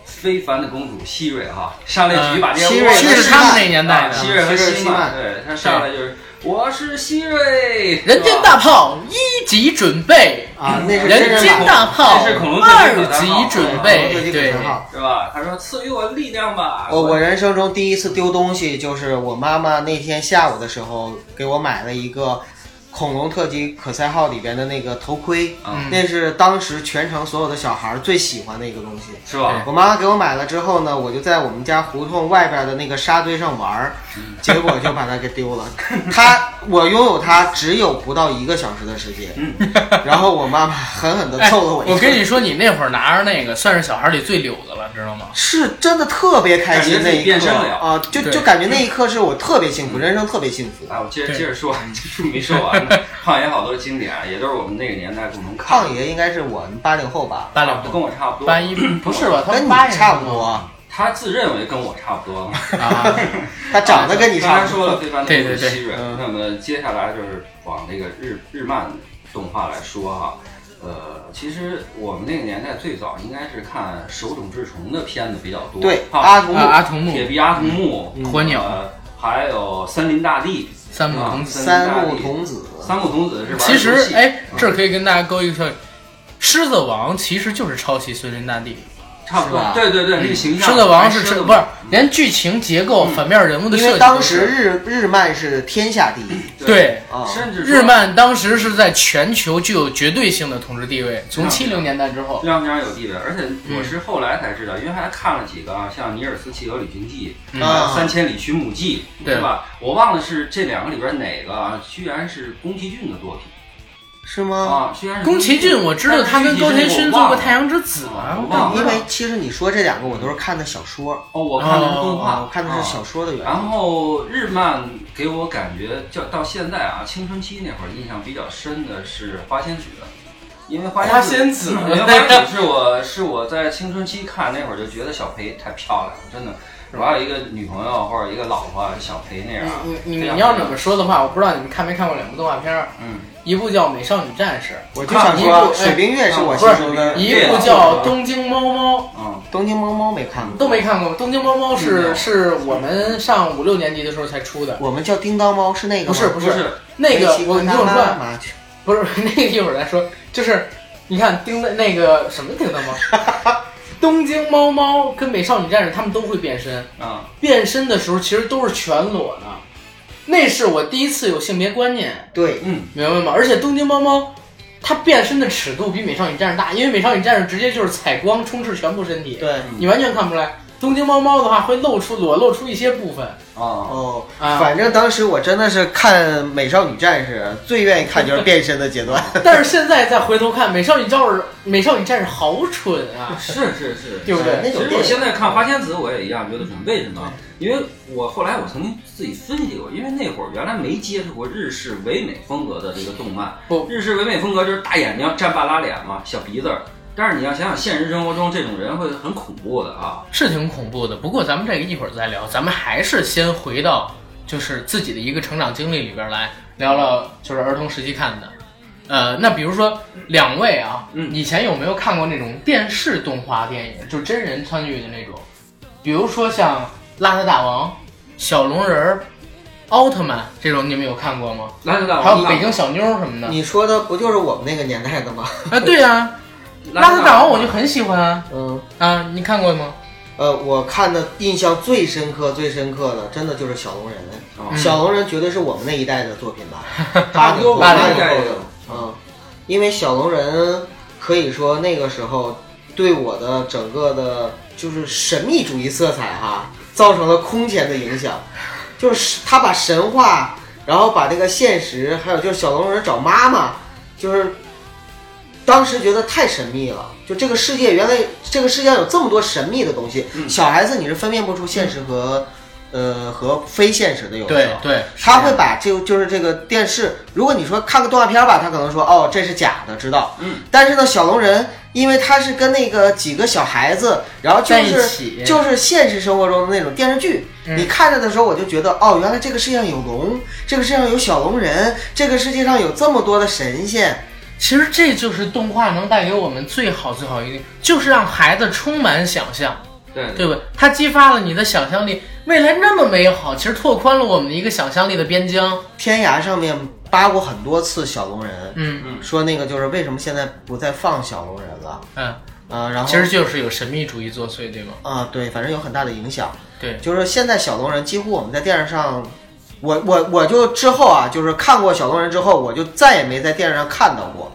S2: 非凡的公主希瑞哈，上来举把
S1: 呃
S2: 这
S1: 希
S2: 握
S1: 瑞
S2: 着
S1: 希瑞是他们那年代
S2: 啊
S1: 的，
S2: 希瑞和
S3: 希瑞
S2: 希
S3: 希曼
S2: 曼，对他上来就是我是希瑞，
S1: 人间
S2: 是吧
S1: 大炮一级准备，
S3: 啊，那是真
S1: 人
S3: 人
S1: 间
S3: 版，
S1: 大炮
S2: 这是恐龙特技
S1: 二
S2: 口袋号
S1: 级准
S3: 恐龙特
S1: 备，
S3: 技
S1: 对
S3: 口袋。号
S2: 是吧？他说赐予我力量吧，
S1: 哦
S3: 我我人生中第一次丢东西，就是我妈妈那天下午的时候给我买了一个恐龙特级可赛号里边的那个头盔，
S2: 嗯
S3: 那是当时全城所有的小孩最喜欢的一个东西。
S2: 是吧？
S3: 我妈妈给我买了之后呢，我就在我们家胡同外边的那个沙堆上玩儿，结果就把它给丢了。它我拥有它只有不到一个小时的时间，然后我妈妈狠狠地
S1: 哎
S3: 揍了我一顿。
S1: 我跟你说，你那会儿拿着那个，算是小孩里最溜的了，知道吗？
S3: 是真的特别开心那
S2: 感觉
S3: 一
S2: 自己变
S3: 刻
S2: 身了呀
S3: 啊，就
S1: 对
S3: 就感觉那一刻是我特别幸福，人生特别幸福。
S2: 啊，我接着
S1: 对
S2: 接着说， <laughs> 没说完呢。 <laughs> 胖爷好多经典，啊也都是我们那个年代共同看的。
S3: 胖爷应该是我们八零后吧，
S1: 八零后，
S2: 跟我差不多，
S1: 八一不是吧？他
S3: 跟
S1: 们
S3: 你
S1: 八零
S3: 差不多，
S2: 他自认为跟我差不多嘛。
S1: 啊。
S3: 他长得跟你
S2: 刚
S3: 差
S2: 才
S3: 不
S2: 说了
S3: 多。
S2: 非凡
S1: 对对
S2: 的公主
S1: 对
S2: 希瑞，
S3: 嗯
S2: 那么接下来就是往那个日日漫动画来说哈，呃，其实我们那个年代最早应该是看手冢治虫的片子比较多，
S3: 对，
S2: 哈
S3: 阿童
S1: 啊，
S3: 木
S1: 阿童木、嗯
S2: 铁臂阿童木、
S1: 火鸟、
S2: 呃，还有森林大地、
S1: 三木童子。
S2: 啊
S3: 三木童子，
S2: 三木童啊子是玩
S1: 其
S2: 游
S1: 实
S2: 戏，
S1: 哎，
S2: 嗯
S1: 这儿可以跟大家勾一个消息，《狮子王》其实就是抄袭《森林大地
S2: 差不多
S3: 是吧，
S2: 对对对，那个》。形
S1: 嗯
S2: 象，
S1: 狮子王
S2: 哎
S1: 是
S2: 狮
S1: 这
S2: 子
S1: 不是连剧情结构、反面人物的
S3: 因
S1: 设
S3: 为
S1: 计，
S3: 当时日日漫是天下第一
S1: 对
S3: 啊，
S2: 甚至说
S1: 日漫当时是在全球具有绝对性的统治地位，从
S2: 嗯
S1: 七零年代之后
S2: 非常非常有地位，而
S1: 嗯
S2: 且我是后来才知道，因为还看了几个啊，像《尼尔斯汽车旅行记》
S1: 嗯
S2: 还有
S3: 啊
S2: 呃三千里寻母记》，
S1: 对
S2: 是吧？我忘了是这两个里边哪个啊，居然是宫崎骏的作品
S3: 是吗？
S2: 啊，居然是
S1: 宫崎骏，我知道他跟高田勋做过《太阳之子》啊，
S2: 我忘了
S3: 因为其实你说这两个我都是看的小说，
S2: 哦，我看的是动
S3: 啊，
S2: 画，
S3: 我看的是小
S2: 啊。
S3: 说的原
S2: 然
S3: 因。
S2: 后日漫给我感觉，叫到现在啊，青春期那会儿印象比较深的是花仙子，因为花仙子，嗯
S1: 花仙子
S2: 因为花仙子是我是我在青春期看那会儿就觉得小裴太漂亮了，真的。我要有一个女朋友或者一个老婆，小裴那样，
S1: 你你你要这么说的话，我不知道你们看没看过两部动画片儿，
S2: 嗯，
S1: 一部叫《美少女战士
S3: 我就想
S1: 看一
S3: 说，
S1: 部
S3: 水冰月是我
S2: 啊
S3: 心中
S2: 不》，
S3: 的
S2: 是
S1: 一部叫《东京猫猫》，
S2: 嗯，
S3: 东京猫猫没看过，
S1: 都没看过吗？《东京猫猫
S2: 没
S1: 是》
S2: 有
S1: 是我们上五六年级的时候才出的，
S3: 我们叫叮当猫是那
S1: 不
S3: 个吗？
S1: 是不
S2: 不
S1: 是
S2: 是，
S1: 那个
S3: 没骑
S1: 我
S3: 过
S1: 你
S3: 他
S1: 听我
S3: 妈
S1: 说，
S3: 妈去
S1: 不是 <laughs> 那个一会儿再说，就是你看叮的那个什么叮当猫，东京猫猫跟美少女战士他们都会变身，
S2: 嗯，
S1: 变身的时候其实都是全裸的，那是我第一次有性别观念。
S3: 对，
S2: 嗯，
S1: 明白吗？而且东京猫猫，它变身的尺度比美少女战士大，因为美少女战士直接就是采光充斥全部身体，
S3: 对，
S2: 嗯
S1: 你完全看不出来。东京猫猫的话会露出裸露出一些部分
S2: 哦，
S3: 哦，
S1: 啊，
S3: 反正当时我真的是看《美少女战士》，最愿意看就是变身的阶段。
S1: 但是现在再回头看美少女战士，美少女战士好蠢
S3: <laughs>
S1: 啊，
S2: 是是是。
S1: 对不对？
S3: 那
S2: 其
S3: 种
S2: 实我
S3: 电
S2: 现
S3: 影
S2: 在看花仙子，我也一样觉得准为什么？因为我后来我曾经自己分析过，因为那会儿原来没接触过日式唯美风格的这个动漫
S1: 不。
S2: 日式唯美风格就是大眼睛、战半拉脸嘛，小鼻子儿。但是你要想想，现实生活中这种人会很恐怖的啊。
S1: 是挺恐怖的。不过咱们这个一会儿再聊，咱们还是先回到就是自己的一个成长经历里边来聊聊，就是儿童时期看的。呃，那比如说两位啊，
S2: 嗯
S1: 以前有没有看过那种电视动画电影，就真人参与的那种？比如说像《邋遢大王》《小龙人儿》《奥特曼》这种，你们有看过吗？
S2: 邋遢大
S1: 还
S2: 王
S1: 有北京小妞儿什么的。
S3: <laughs> 你说的不就是我们那个年代的吗？
S1: 啊，对呀、啊，《邋遢大王》我就很喜欢啊
S3: 嗯，
S1: 啊！你看过吗？
S3: 呃，我看的印象最深刻、最深刻的，真的就是小龙人。
S2: 哦
S3: 小龙人绝对是我们那一代的作品吧，
S1: <laughs>
S3: 八零后
S1: 八零
S3: 八
S1: 后
S3: 零后的，嗯，因为小龙人可以说那个时候对我的整个的，就是神秘主义色彩哈，造成了空前的影响，就是他把神话，然后把这个现实，还有就是小龙人找妈妈，就是当时觉得太神秘了，就这个世界原来这个世界上有这么多神秘的东西，
S2: 嗯
S3: 小孩子你是分辨不出现实和、呃和非现实的有的时
S1: 对
S3: 候。
S1: 对，
S3: 他会把就就是这个电视，如果你说看个动画片儿吧，他可能说哦这是假的，知道。
S2: 嗯。
S3: 但是呢，小龙人因为他是跟那个几个小孩子，然后就
S1: 在一
S3: 是
S1: 起
S3: 就是现实生活中的那种电视剧，
S1: 嗯
S3: 你看着的时候我就觉得哦，原来这个世界上有龙，这个世界上有小龙人，这个世界上有这么多的神仙。
S1: 其实这就是动画能带给我们最好最好一点，就是让孩子充满想象，
S2: 对对
S1: 对吧？它激发了你的想象力，未来那么美好，其实拓宽了我们的一个想象力的边疆。
S3: 天涯上面扒过很多次小龙人，
S1: 嗯
S3: 说那个就是为什么现在不再放小龙人了？
S1: 嗯，
S3: 呃，然后
S1: 其实就是有神秘主义作祟，对吗？
S3: 啊、对，反正有很大的影响。
S1: 对，
S3: 就是现在小龙人几乎我们在电视上，我我我就之后啊，就是看过小龙人之后，我就再也没在电视上看到过。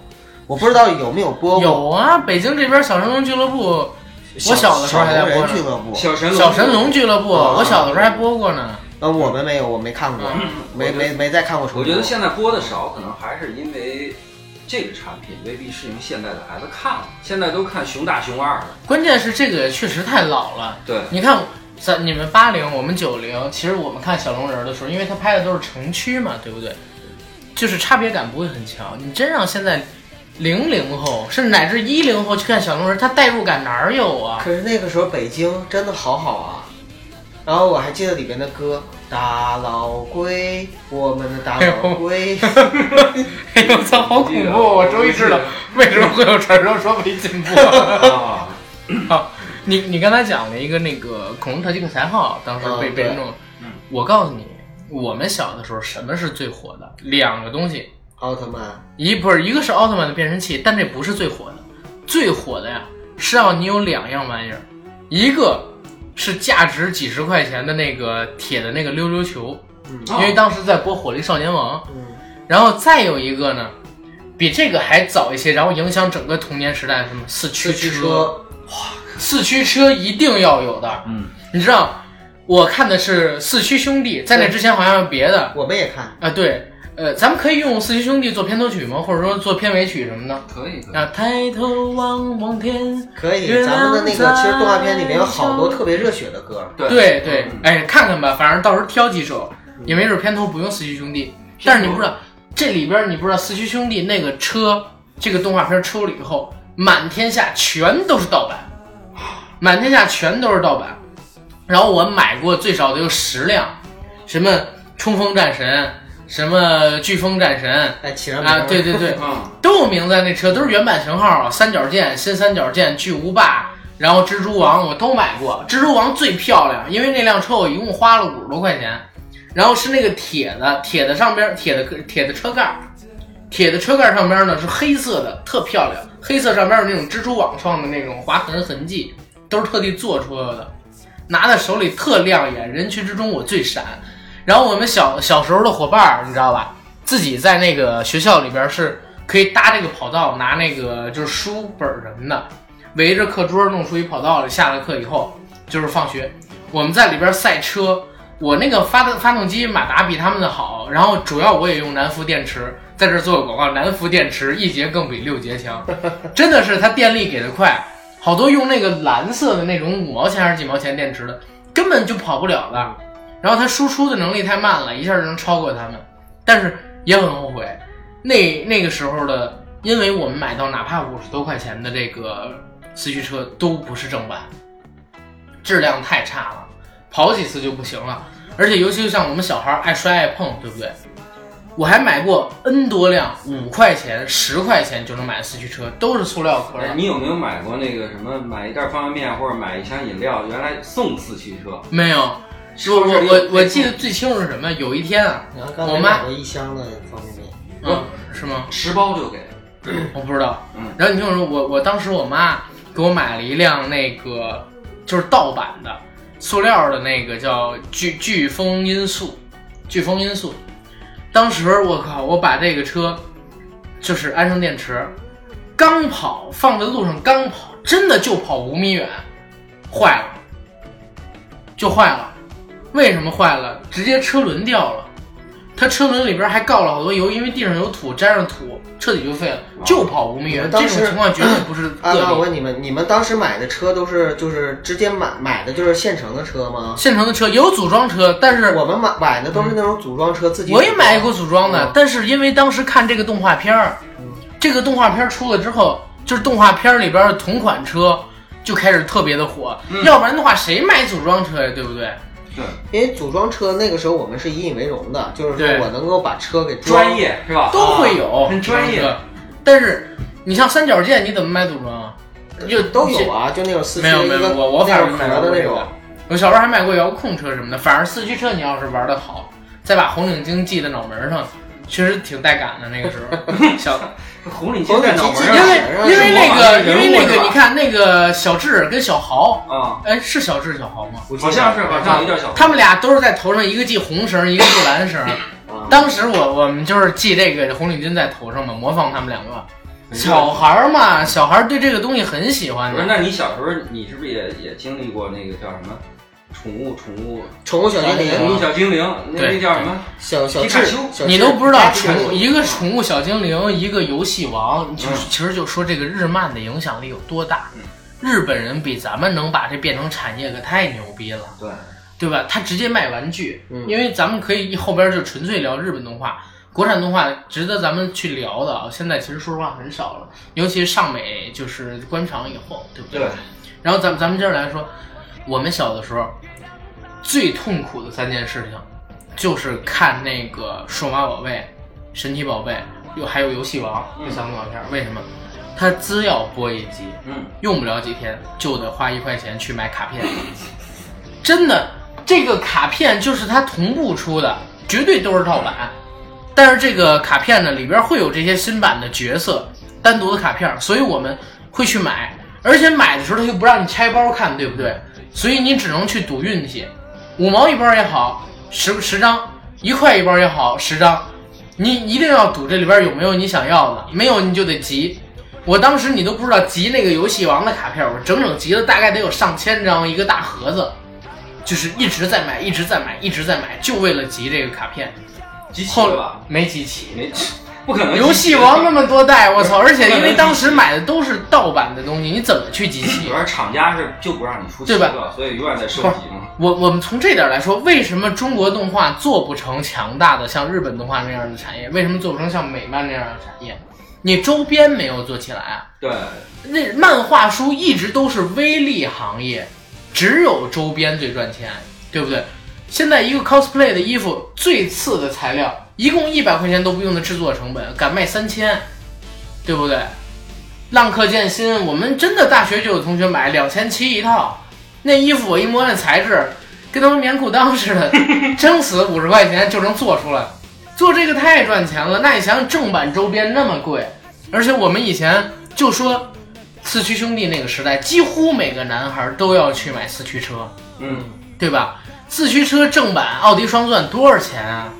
S3: 我不知道有没有播过。
S1: 有啊，北京这边小神龙俱乐部，我小的时候还在播
S3: 人
S1: 呢
S3: 俱乐部，
S2: 小神
S1: 小神龙俱乐部，
S3: 啊
S1: 我小的时候还播过呢。
S3: 嗯，我们没有，我没看过，
S1: 嗯
S2: 嗯
S3: 没没没再看过重播。
S2: 我觉得现在播的少，可能还是因为这个产品未必适应现在的孩子看，现在都看《熊大熊二》了。
S1: 关键是这个确实太老了。
S2: 对，
S1: 你看，咱你们八零，我们九零，其实我们看小龙人的时候，因为他拍的都是城区嘛，对不对？就是差别感不会很强。你真让现在零零后，甚至乃至一零后去看小龙人，他代入感哪儿有啊？ <laughs>
S3: 可是那个时候北京真的好好啊，然后我还记得里边的歌，大老龟，我们的大
S1: <laughs>
S3: 老龟，
S1: 哎呦我操，好恐怖！啊我终于知道为什么会有传说说没进步。
S2: 啊，
S1: <laughs> 你你刚才讲了一个那个恐龙特技特才号，当时被、
S3: 嗯
S1: 被
S3: 对
S1: 弄了。
S2: 嗯
S1: 我告诉你，我们小的时候什么是最火的？两个东西，
S3: 奥特曼，
S1: 一不是一个是奥特曼的变声器，但这不是最火的，最火的呀是要你有两样玩意儿，一个是价值几十块钱的那个铁的那个溜溜球，
S3: 嗯
S1: 因为当时在播《火力少年王》，
S3: 嗯，
S1: 然后再有一个呢，比这个还早一些，然后影响整个童年时代，什么四驱
S3: 四驱车，
S1: 四驱车一定要有的，
S2: 嗯，
S1: 你知道，我看的是《四驱兄弟》，在那之前好像有别的啊、
S3: 我们也看，
S1: 对，呃，咱们可以用《四驱兄弟》做片头曲吗？或者说做片尾曲什么的？
S2: 可以可以。
S1: 啊，抬头望望天，
S3: 可以
S1: 月，亮
S3: 咱们的那个其实动画片里面有
S1: 在
S3: 好多特别热血的歌，
S2: 对
S1: 对对
S2: 嗯，
S1: 哎，看看吧，反正到时候挑几首，也没准片头不用《四驱兄弟》，但是你不知道这里边你不知道《四驱兄弟》那个车，这个动画片出了以后，满天下全都是盗版，满天下全都是盗版。然后我买过最少得有十辆，什么冲锋战神，什么飓风战神
S3: 哎，起上名
S1: 啊，对对对，
S2: 嗯，
S1: 都有名字啊，那车都是原版型号啊，三角剑、新三角剑、巨无霸，然后蜘蛛王我都买过。蜘蛛王最漂亮，因为那辆车我一共花了五十多块钱，然后是那个铁的，铁的上边铁的铁的车盖儿，铁的车盖儿上边呢是黑色的，特漂亮，黑色上边有那种蜘蛛网状的那种划痕痕迹，都是特地做出来的，拿在手里特亮眼，人群之中我最闪。然后我们小小时候的伙伴儿，你知道吧？自己在那个学校里边是可以搭这个跑道，拿那个就是书本儿什么的，围着课桌弄出一跑道来。下了课以后就是放学，我们在里边赛车。我那个发的发动机马达比他们的好，然后主要我也用南孚电池，在这儿做个广告，南孚电池一节更比六节强，真的是它电力给的快，好多用那个蓝色的那种五毛钱还是几毛钱电池的，根本就跑不了了。然后它输出的能力太慢了，一下就能超过他们，但是也很后悔。那那个时候的，因为我们买到哪怕五十多块钱的这个四驱车都不是正版，质量太差了，跑几次就不行了。而且尤其就像我们小孩儿爱摔爱碰，对不对？我还买过 N 多辆，五块钱、十块钱就能买的四驱车，都是塑料壳
S2: 哎
S1: 的。
S2: 你有没有买过那个什么，买一袋方便面或者买一箱饮料，原来送四驱车？
S1: 没有，
S2: 是
S1: 我
S2: 不是
S1: 我
S2: 有
S1: 我我记得最清楚是什么？有一天啊，
S3: <laughs> 然后刚
S1: 我
S3: 才
S1: 妈
S3: 买过一箱的方便面，
S1: 嗯是吗？
S2: 十包就给，
S1: 我不知道
S2: 嗯。
S1: 然后你听我说，我我当时我妈给我买了一辆那个就是盗版的塑料的那个叫飓飓风音速，飓风音速。当时我靠，我把这个车就是安上电池，刚跑放在路上刚跑，真的就跑五米远，坏了，就坏了。为什么坏了？直接车轮掉了。它车轮里边还告了好多油，因为地上有土，沾上土彻底就废了，就跑五米
S3: 啊我
S1: 远。
S3: 们
S1: 这
S3: 当
S1: 种
S3: 时
S1: 情况绝对不是
S3: <clears throat> 啊，
S1: 个
S3: 那我
S1: 例。
S3: 问你们，你们当时买的车都是就是直接买买的就是现成的车吗？
S1: 现成的车有组装车，但是
S3: 我们买买的都是那种组装车，自己
S1: 我也买过组装的
S3: 嗯，
S1: 但是因为当时看这个动画片儿，这个动画片儿出了之后，就是动画片儿里边的同款车就开始特别的火，
S3: 嗯
S1: 要不然的话谁买组装车呀，对不对？
S2: 对，
S3: 因为组装车那个时候我们是以引为荣的，就是说
S1: 对
S3: 我能够把车给装
S2: 专，业是吧？
S1: 都会
S3: 哦
S1: 有，
S2: 啊很专业
S1: 组装车。但是你像三角剑，你怎么买组装啊？就
S3: 都有啊，就那种四驱
S1: 没有没有，
S3: 一个
S1: 我我
S3: 那
S1: 反
S3: 种
S1: 正买
S3: 壳
S1: 过
S3: 的那
S1: 这
S3: 种
S1: 个。我小时候还买过遥控车什么的，反而四驱车你要是玩的好，再把红领巾系在脑门儿上，确实挺带感的。那个时
S3: <laughs>
S1: 候，小
S2: 红领巾在脑门
S3: 红领
S2: 上，
S1: 因
S3: 巾
S1: 为因为那个因
S2: 人物
S1: 为那
S2: 是
S1: 个
S2: 吧
S1: 你看那个小智跟小豪，
S2: 啊，
S1: 哎是小智小豪吗？
S3: 我记
S2: 好
S3: 得
S2: 像是好像有点小，
S1: 他们俩都是在头上一个系红绳，一个系蓝绳。
S3: 啊
S1: 当时我我们就是系这个红领巾在头上嘛，模仿他们两个。
S2: 没事
S1: 小孩儿嘛，小孩儿对这个东西很喜欢
S2: 嗯不是，
S1: 的。
S2: 那你小时候你是不是也也经历过那个叫什么？宠物宠物
S3: 宠物小精
S1: 对
S2: 宠物
S3: 灵，
S2: 小精灵，那
S1: 对
S2: 那叫什么？
S3: 小小
S2: 皮卡
S3: 智
S2: 丘，
S3: 小
S1: 你
S3: 智
S1: 都不知道，
S3: 皮卡丘
S1: 宠一个宠物小精灵，一个游戏王，就是其实就说这个日漫的影响力有多大
S2: 嗯。
S1: 日本人比咱们能把这变成产业，可太牛逼了。
S2: 对，
S1: 对吧？他直接卖玩具，
S3: 嗯
S1: 因为咱们可以后边就纯粹聊日本动画、国产动画，值得咱们去聊的啊。现在其实说实话很少了，尤其是上美就是关厂以后，对不对？
S2: 对
S1: 然后咱们咱们接着来说，我们小的时候最痛苦的三件事情，就是看那个数码宝贝、神奇宝贝，又还有游戏王这三个动画片儿。为什么？它资料播一集，
S2: 嗯，
S1: 用不了几天就得花一块钱去买卡片，真的，这个卡片就是它同步出的，绝对都是盗版。但是这个卡片呢，里边会有这些新版的角色单独的卡片，所以我们会去买，而且买的时候它又不让你拆包看，对不对？所以你只能去赌运气，五毛一包也好，十十张，一块一包也好，十张，你一定要赌这里边有没有你想要的，没有你就得集。我当时你都不知道集那个游戏王的卡片，我整整集了大概得有上千张一个大盒子，就是一直在买，一直在买，一直在买，就为了集这个卡片。
S2: 机器
S1: 后
S2: 的
S1: 来
S2: 吧？
S1: 没集齐。
S2: 没， <laughs> 不可能。
S1: 游戏王那
S2: 么，
S1: 么多代，我操！而且因
S2: 不可
S1: 为
S2: 能
S1: 当时买的都是盗版的东西，你怎么去集齐
S2: 主？要是厂家是就不让你出
S1: 对
S2: 七
S1: 吧
S2: 个，所以永远在收集嘛。
S1: 我我们从这点来说，为什么中国动画做不成强大的像日本动画那样的产业？为什么做不成像美漫那样的产业？你周边没有做起来啊？
S2: 对，
S1: 那漫画书一直都是微利行业，只有周边最赚钱，对不对？现在一个 cosplay 的衣服，最次的材料，一共一百块钱都不用的制作成本，敢卖三千，对不对？浪客剑心，我们真的大学就有同学买两千七一套，那衣服我一摸那材质，跟他妈棉裤裆似的，撑死五十块钱就能做出来，做这个太赚钱了。那你想想正版周边那么贵，而且我们以前就说四驱兄弟那个时代，几乎每个男孩都要去买四驱车，
S2: 嗯，
S1: 对吧？四驱车正版奥迪双钻多少钱啊？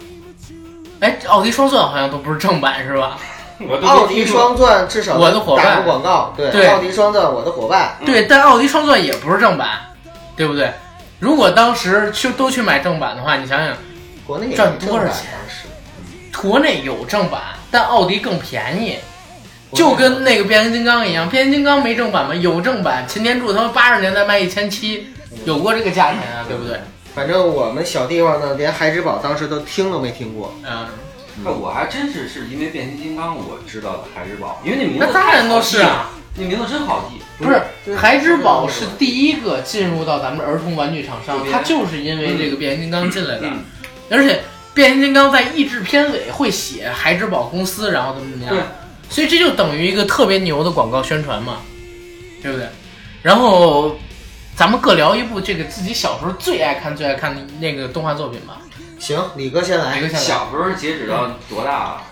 S1: 哎，奥迪双钻好像都不是正版是吧？
S2: 我都
S3: 嗯奥迪双钻至少
S1: 我的伙伴
S3: 打过广告，
S1: 对
S3: 对，奥迪双钻我的伙伴，
S2: 嗯
S1: 对，但奥迪双钻也不是正版，对不对？如果当时去都去买正版的话，你想想，
S3: 国内也
S1: 赚
S3: 没
S1: 多少
S3: 正版
S1: 钱啊
S3: 当时
S1: 国内有正版，但奥迪更便宜，
S3: 国内
S1: 就跟那个变形金刚一样，变形金刚没正版吗？有正版，擎天柱他们八十年代卖一千七，有过这个价钱啊，对不对？
S3: 反正我们小地方呢，连孩之宝当时都听都没听过。
S1: 嗯，
S2: 那我还真是是因为变形金刚我知道的海之宝，因为那名字
S1: 那当然都是
S2: 啊，
S1: 啊。
S2: 那名字真好记。
S1: 不是，
S3: 对
S1: 孩之宝是第一个进入到咱们儿童玩具厂商嗯
S2: 周，边
S1: 它就是因为这个变形金刚进来的
S2: 嗯，
S1: 而且。变形金刚在译制片尾会写孩之宝公司，然后怎么怎么样
S2: 对，
S1: 所以这就等于一个特别牛的广告宣传嘛，对不对？然后咱们各聊一部这个自己小时候最爱看、最爱看的那个动画作品吧。
S3: 行，李哥先
S1: 哪
S3: 来
S1: 个。下来？
S2: 小时候截止到多大啊？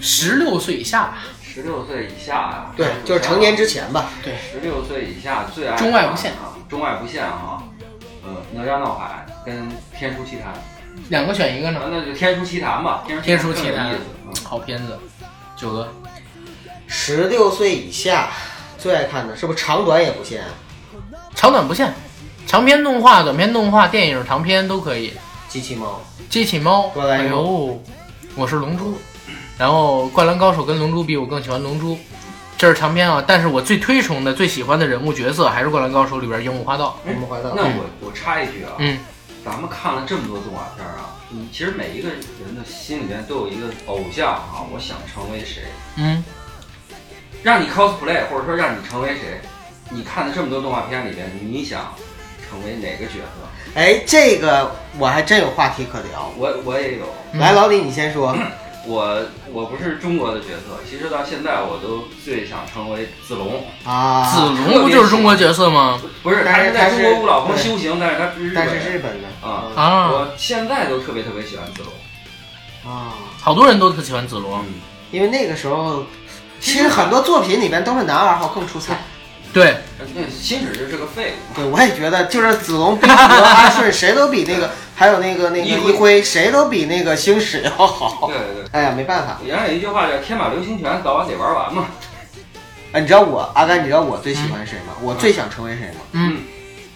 S1: 十六岁以下吧。
S2: 十六岁以下啊？
S1: 哎
S3: 对，就是成年之前吧。
S2: 十六岁以下最爱
S1: 中外无限
S2: 啊，中外无限啊，呃，哪吒闹海跟天书奇谭，啊
S1: 两个选一个呢？
S2: 那就天书奇谭吧，
S1: 嗯天
S2: 书
S1: 书奇
S2: 更
S1: 谭
S2: 有意思，嗯
S1: 好片子，九哥，
S3: 十六岁以下最爱看的是不是长短也不限？啊
S1: 长短不限，长篇动画、短篇动画、电影、长篇都可以。
S3: 机器猫，
S1: 机器猫，
S3: 哆啦 A
S1: 哎呦，我是龙珠，然后《灌篮高手》跟《龙珠》比，我更喜欢《龙珠》，这是长篇啊。但是我最推崇的、最喜欢的人物角色还是《灌篮高手》里边樱木花道。
S3: 我们回到
S2: 那我我插一句啊，
S1: 嗯，
S2: 咱们看了这么多动画片啊，你其实每一个人的心里面都有一个偶像啊，我想成为谁，
S1: 嗯，
S2: 让你 cosplay 或者说让你成为谁，你看的这么多动画片里边，你想成为哪个角色？
S3: 哎，这个我还真有话题可聊。
S2: 我我也有，
S1: 嗯
S3: 来，老李你
S1: <clears throat>
S3: 先说。
S2: 我我不是中国的角色，其实到现在我都最想成为子龙，
S3: 啊，
S1: 子龙不就是中国角色吗？
S2: 不是，
S3: 但
S2: 他
S3: 是
S2: 是在中
S3: 但是
S2: 国五老峰
S3: 对
S2: 修行，但是他是日
S3: 但
S2: 本
S3: 是是
S2: 人。
S3: 日本的
S2: 啊
S3: 啊
S1: 啊，
S2: 我现在都特别特别喜欢子龙，
S3: 啊，
S1: 好多人都特喜欢子龙。
S2: 嗯，
S3: 因为那个时候，其实很多作品里面都是男二号更出彩。
S1: 对，
S2: 那新水就是个废物，
S3: 对，我也觉得，就是子龙、比和阿顺，谁都比那个，还有那个那个
S2: 一
S3: 一
S2: 辉
S3: 辉，谁都比那个星矢要好。
S2: 对对对。
S3: 哎呀，没办法。
S2: 原来有一句话叫“天马流星拳，早晚得玩完嘛
S3: 哎，你知道我阿甘，你知道我最喜欢谁吗？我最想成为谁吗？
S1: 嗯，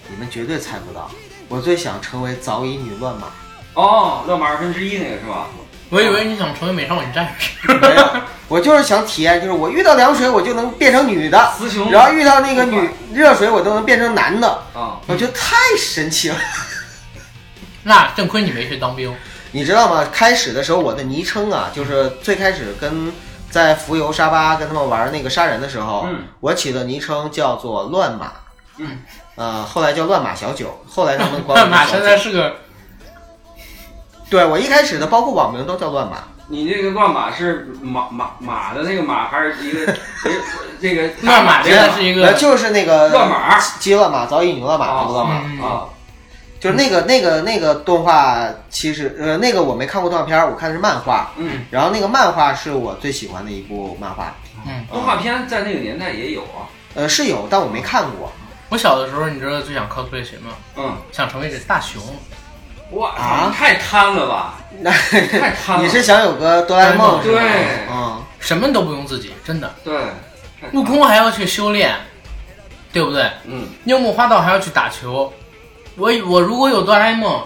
S3: 你们绝对猜不到。我最想成为早乙女乱马。”。 <laughs>
S2: 哦，乱马二分之一那个是吧？
S1: 我以为你想成为美少女战士。
S3: <laughs> 没有，我就是想体验，就是我遇到凉水，我就能变成女的，
S2: 雌雄
S3: 然后遇到那个女热水，我都能变成男的，
S2: 啊，
S3: 我觉得太神奇了。
S1: 那正亏你没去当兵。
S3: 你知道吗？开始的时候我的昵称
S1: 嗯
S3: 啊，就是最开始跟在浮游沙巴跟他们玩那个杀人的时候，
S2: 嗯
S3: 我起的昵称叫做乱马，
S2: 嗯，
S3: 呃，后来叫乱马小九，后来他们
S1: <laughs>
S3: 管我
S1: 乱马
S3: 叫小
S1: 现
S3: 九
S1: 在是个
S3: 对我一开始的包括网名都叫乱马，
S2: 你那个乱马是马马马的那个马，还是一个一
S3: <laughs>
S2: 个这个
S1: 乱马，
S2: 这
S1: 现在是一
S3: 呃，
S1: 个
S3: 就是那个
S2: 乱马
S3: 鸡乱马、早乙女乱马那个乱马。
S1: 嗯
S2: 啊？
S3: 就是那个那个那个动画，其实呃，那个我没看过动画片儿，我看的是漫画。
S2: 嗯，
S3: 然后那个漫画是我最喜欢的一部漫画，
S1: 嗯。
S2: 动画片在那个年代也有啊。
S3: 呃，是有，但我没看过。
S1: 我小的时候，你知道最想 cosplay 谁吗？
S2: 嗯，
S1: 想成为这大熊。
S2: 哇
S3: 啊
S2: 操，你太贪了吧！
S3: 那
S2: 太贪了。
S3: 你是想有个哆啦 A 梦是吧？
S2: 对
S3: 嗯，
S1: 什么都不用自己，真的。
S2: 对，太贪
S1: 悟空还要去修炼，对不对？
S2: 嗯，
S1: 樱木花道还要去打球。我我如果有哆啦 A 梦，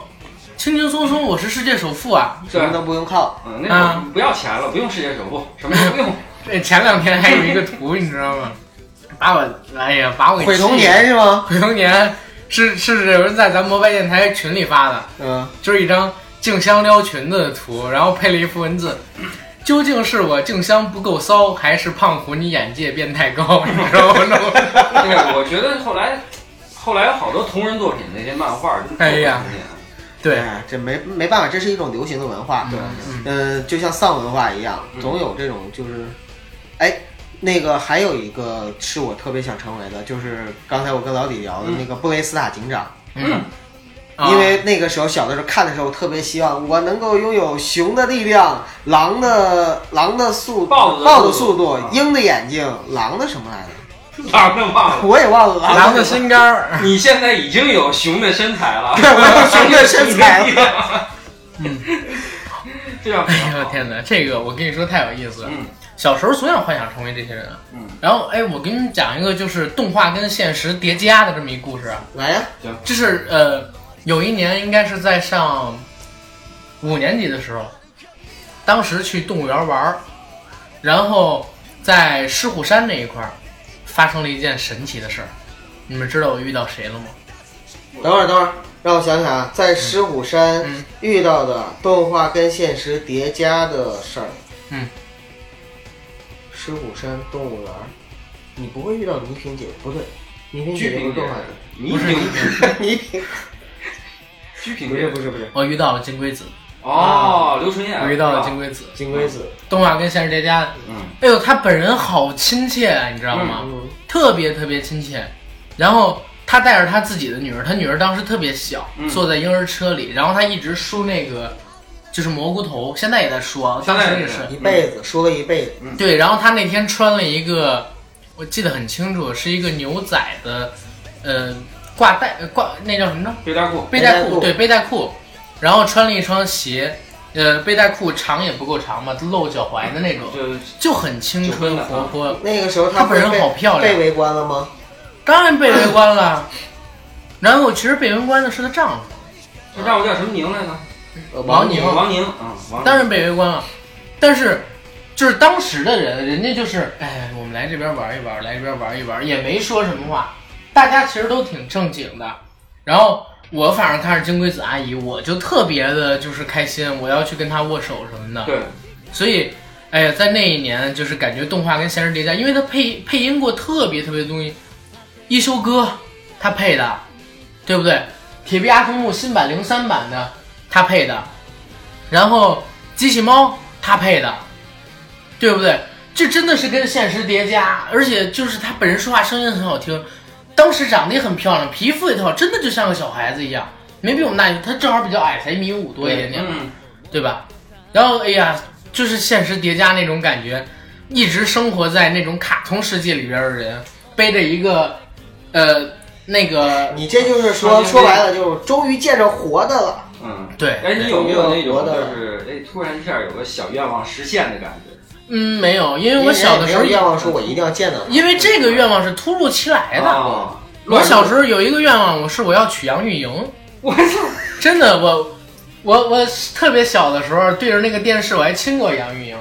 S1: 轻轻松松我是世界首富啊！
S3: 什
S2: 对
S3: 么，都啊不用靠。
S2: 嗯，那会儿不要钱了，不用世界首富，什么都不
S3: <laughs>
S2: 用。
S1: 哎前两天还有一个图，你知道吗？把我哎呀，把我给
S3: 毁童
S1: 气
S3: 年
S1: 的，
S3: 是吗？
S1: 毁童年是是有人在咱摩拜电台群里发的，
S3: 嗯，
S1: 就是一张静香撩裙子的图，然后配了一幅文字：究竟是我静香不够骚，还是胖虎你眼界变太高？你知道吗？
S2: 对，我觉得后来，后来有好多同人作品那些漫画，真的
S1: 哎呀对，
S3: 哎这没没办法，这是一种流行的文化。
S2: 对，
S1: 嗯
S3: 嗯，就像丧文化一样，
S2: 嗯
S3: 总有这种就是，哎。那个还有一个是我特别想成为的，就是刚才我跟老李聊
S2: 嗯
S3: 的那个布雷斯塔警长，
S1: 嗯，啊
S3: 因为那个时候小的时候看的时候，特别希望我能够拥有熊的力量、狼的狼的速
S2: 豹子的
S3: 豹的
S2: 速
S3: 速
S2: 度
S3: 度
S2: 啊、
S3: 鹰的眼睛、狼的什么来着？
S2: <laughs> 狼的啊忘了。
S3: 我也忘了。
S1: 狼的
S3: 什么
S1: 心肝儿，
S2: 你现在已经有熊的身材了，
S3: <laughs> 对我有熊的身材
S2: <laughs> 了。
S1: 嗯，
S2: 这样
S1: 哎呦天哪，这个我跟你说太有意思了。
S2: 嗯
S1: 小时候总想幻想成为这些人，
S2: 嗯，
S1: 然后哎，我给你们讲一个就是动画跟现实叠加的这么一故事啊，
S3: 来呀、
S1: 这是呃，有一年应该是在上五年级的时候，当时去动物园玩儿，然后在狮虎山那一块儿发生了一件神奇的事儿。你们知道我遇到谁了吗？
S3: 等会儿，等会儿，让我想想啊，在狮虎山
S1: 嗯
S3: 遇到的动画跟现实叠加的事儿。
S1: 嗯，
S3: 狮虎山动物园，你不会遇到倪萍姐？不对，倪萍
S2: 鞠
S3: 姐
S2: 萍
S3: 不是
S2: 姐
S3: 动画，
S2: 倪萍，
S3: 姐，倪萍
S2: 鞠萍
S3: 不是
S2: 姐
S3: 不是不是，
S1: 我遇到了金龟子。
S2: 哦，刘春燕
S1: 回啊到了金
S2: 是吧
S1: 龟子
S3: 金龟子，
S1: 动画跟现实叠加。
S2: 嗯，
S1: 哎呦，他本人好亲切啊，你知道吗？
S3: 嗯，
S1: 特别特别亲切。然后他带着他自己的女儿，他女儿当时特别小，
S2: 嗯
S1: 坐在婴儿车里，然后他一直梳那个就是蘑菇头，现在也在梳啊，
S2: 现
S1: 当
S2: 在
S1: 时
S2: 也
S1: 也
S2: 是
S1: 是。
S3: 一辈子说了一辈子，
S1: 对，然后他那天穿了一个，我记得很清楚，是一个牛仔的，呃，挂带呃挂那叫什么呢？
S2: 背带裤，
S1: 背
S3: 背
S1: 带
S3: 带
S1: 裤，
S3: 裤
S1: 对，背带裤，然后穿了一双鞋，呃，背带裤长也不够长嘛，露脚踝的那种，
S2: 就是
S1: 就很青春
S2: 就啊
S1: 活泼。
S3: 那个时候
S1: 她
S3: 不
S1: 本
S3: 是
S1: 人
S3: 被
S1: 好漂
S3: 被
S1: 亮，
S3: 围观了吗？
S1: 当然被围观了。然后其实被围观的是她丈夫，
S2: 那让我叫什么宁来着？
S3: 呃
S1: 王宁
S2: 王宁，嗯，王宁
S1: 当然被围观了。但是就是当时的人，人家就是哎，我们来这边玩一玩，来这边玩一玩，也没说什么话，大家其实都挺正经的。然后我反正看着金龟子阿姨，我就特别的就是开心，我要去跟她握手什么的。
S2: 对，
S1: 所以，哎呀，在那一年，就是感觉动画跟现实叠加，因为他配配音过特别特别多东西，一休哥他配的，对不对？铁臂阿童木新版零三版的他配的，然后机器猫他配的，对不对？这真的是跟现实叠加，而且就是他本人说话声音很好听，当时长得也很漂亮，皮肤也特好，真的就像个小孩子一样，没比我们大，他正好比较矮，才一米五多一点点。
S2: 嗯，
S1: 对吧？然后哎呀，就是现实叠加那种感觉，一直生活在那种卡通世界里边的人，背着一个，呃，那个
S3: 你这就是
S2: 王
S3: 说
S2: 宁
S3: 说白了，就是终于见着活的了。
S2: 嗯，
S1: 对，
S2: 哎，你有没有那种
S3: 活
S2: 就
S3: 的
S2: 是哎，突然一下有个小愿望实现的感觉？
S1: 嗯，没有，因为我小的时候
S3: 因为人也没有愿望说我一定要哦见到他。
S1: 因为这个愿望是突如其来的。
S2: 啊，
S1: 我小时候有一个愿望，我是我要娶杨钰莹，
S2: 我操，
S1: 真的，我，我我特别小的时候对着那个电视我还亲过杨钰莹。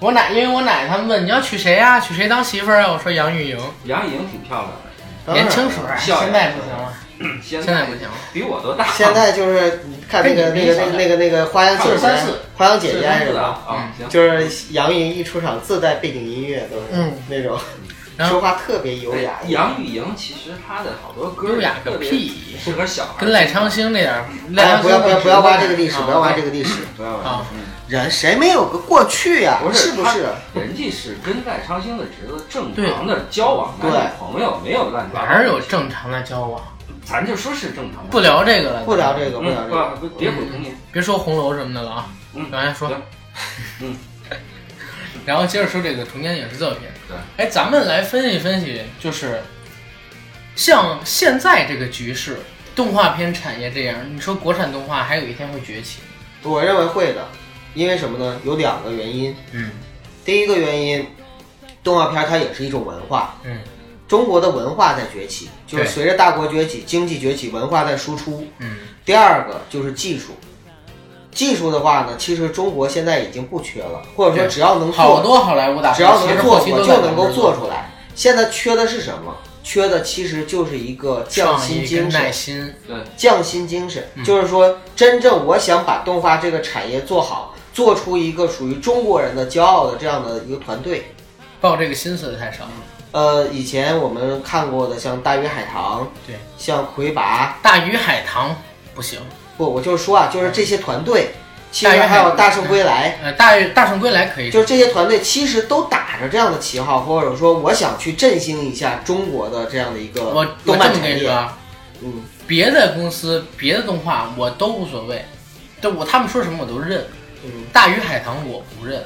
S1: 我奶，因为我奶奶他们问你要娶谁呀、娶谁当媳妇儿啊？我说杨钰莹，
S2: 杨颖挺漂
S1: <laughs>
S2: 亮的，
S3: 当然
S1: 年轻时候，哎
S2: 笑呀
S1: 现在不行了，
S2: 现
S1: 现在不行了。
S2: 比我都大，<laughs>
S3: 现在就是你看那个
S1: 跟你没
S3: 那个
S1: 啥
S3: 那个那个那个花样姐
S1: 二
S3: 姐
S1: 三四，
S3: 花样姐
S2: 是
S3: 姐是
S2: 的
S3: 吧？嗯
S2: 啊，行，
S3: 就是杨钰莹一出场自带背景音乐，都是
S1: 嗯
S3: 那种
S1: 然后
S3: 说话特别优雅
S2: 哎。杨钰莹其实她的好多歌
S1: 优雅个
S2: 特别
S1: 屁
S2: 适合小孩儿，
S1: 跟赖昌星那点儿，赖
S3: 哎，
S1: 昌星
S3: 不要不要不要挖这个历史，
S1: 啊
S3: 不要挖这个历史。
S2: 不要玩
S1: 啊，
S3: 人谁没有个过去呀？
S2: 嗯不
S3: 是不
S2: 他
S3: 是？
S2: 人家是跟赖昌星的侄子正常的交往，
S3: 对
S2: 男女朋友没有乱七八糟
S1: 哪儿有，正常的交往？
S2: 咱就说是正常的，
S1: 不聊这个了，
S3: 不聊这个，不聊这个。
S2: 嗯，不不别毁童年，
S1: 别说红楼什么的了啊。
S2: 嗯
S1: 往下说 <laughs>
S2: 行，嗯，
S1: 然后接着说这个童年影视作品。
S2: 对，
S1: 哎，咱们来分析分析，就是像现在这个局势，动画片产业这样，你说国产动画还有一天会崛起？
S3: 我认为会的，因为什么呢？有两个原因。
S1: 嗯
S3: 第一个原因，动画片它也是一种文化，
S1: 嗯
S3: 中国的文化在崛起，就是
S1: 对
S3: 随着大国崛起、经济崛起，文化在输出。
S1: 嗯，
S3: 第二个就是技术，技术的话呢，其实中国现在已经不缺了，或者说
S1: 对
S3: 只要能
S1: 好
S3: 做，
S1: 多好莱坞大片，
S3: 只要
S1: 其
S3: 能
S1: 实
S3: 做，
S1: 后期
S3: 我
S1: 都
S3: 就
S1: 在
S3: 能
S1: 咱
S3: 够
S1: 们
S3: 做
S1: 这儿
S3: 出来。现在缺的是什么？缺的其实就是一个匠
S1: 创
S3: 心
S1: 意
S3: 精
S1: 跟耐
S3: 神，
S1: 心。嗯
S3: 匠心精神，就是说，真正我想把动画这个产业做好，做出一个属于中国人的骄傲的这样的一个团队。
S1: 抱这个心思的太少了。
S3: 呃，以前我们看过的像《大鱼海棠》，
S1: 对，
S3: 像《魁拔
S1: 大鱼海棠不行，》，
S3: 不，我就是说啊，就是这些团队，其
S1: 嗯
S3: 实
S1: 大鱼海
S3: 还有
S1: 棠
S3: 《大圣归来
S1: 呃，大鱼大圣归来可以》，，
S3: 就是这些团队其实都打着这样的旗号，或者说我想去振兴一下中国的这样的一个
S1: 我我
S3: 动
S1: 这
S3: 漫
S1: 么跟
S3: 产
S1: 你
S3: 业
S1: 说。啊，
S3: 嗯，
S1: 别的公司、别的动画我都无所谓，对我他们说什么我都认。
S3: 嗯
S1: 大鱼海棠我不认，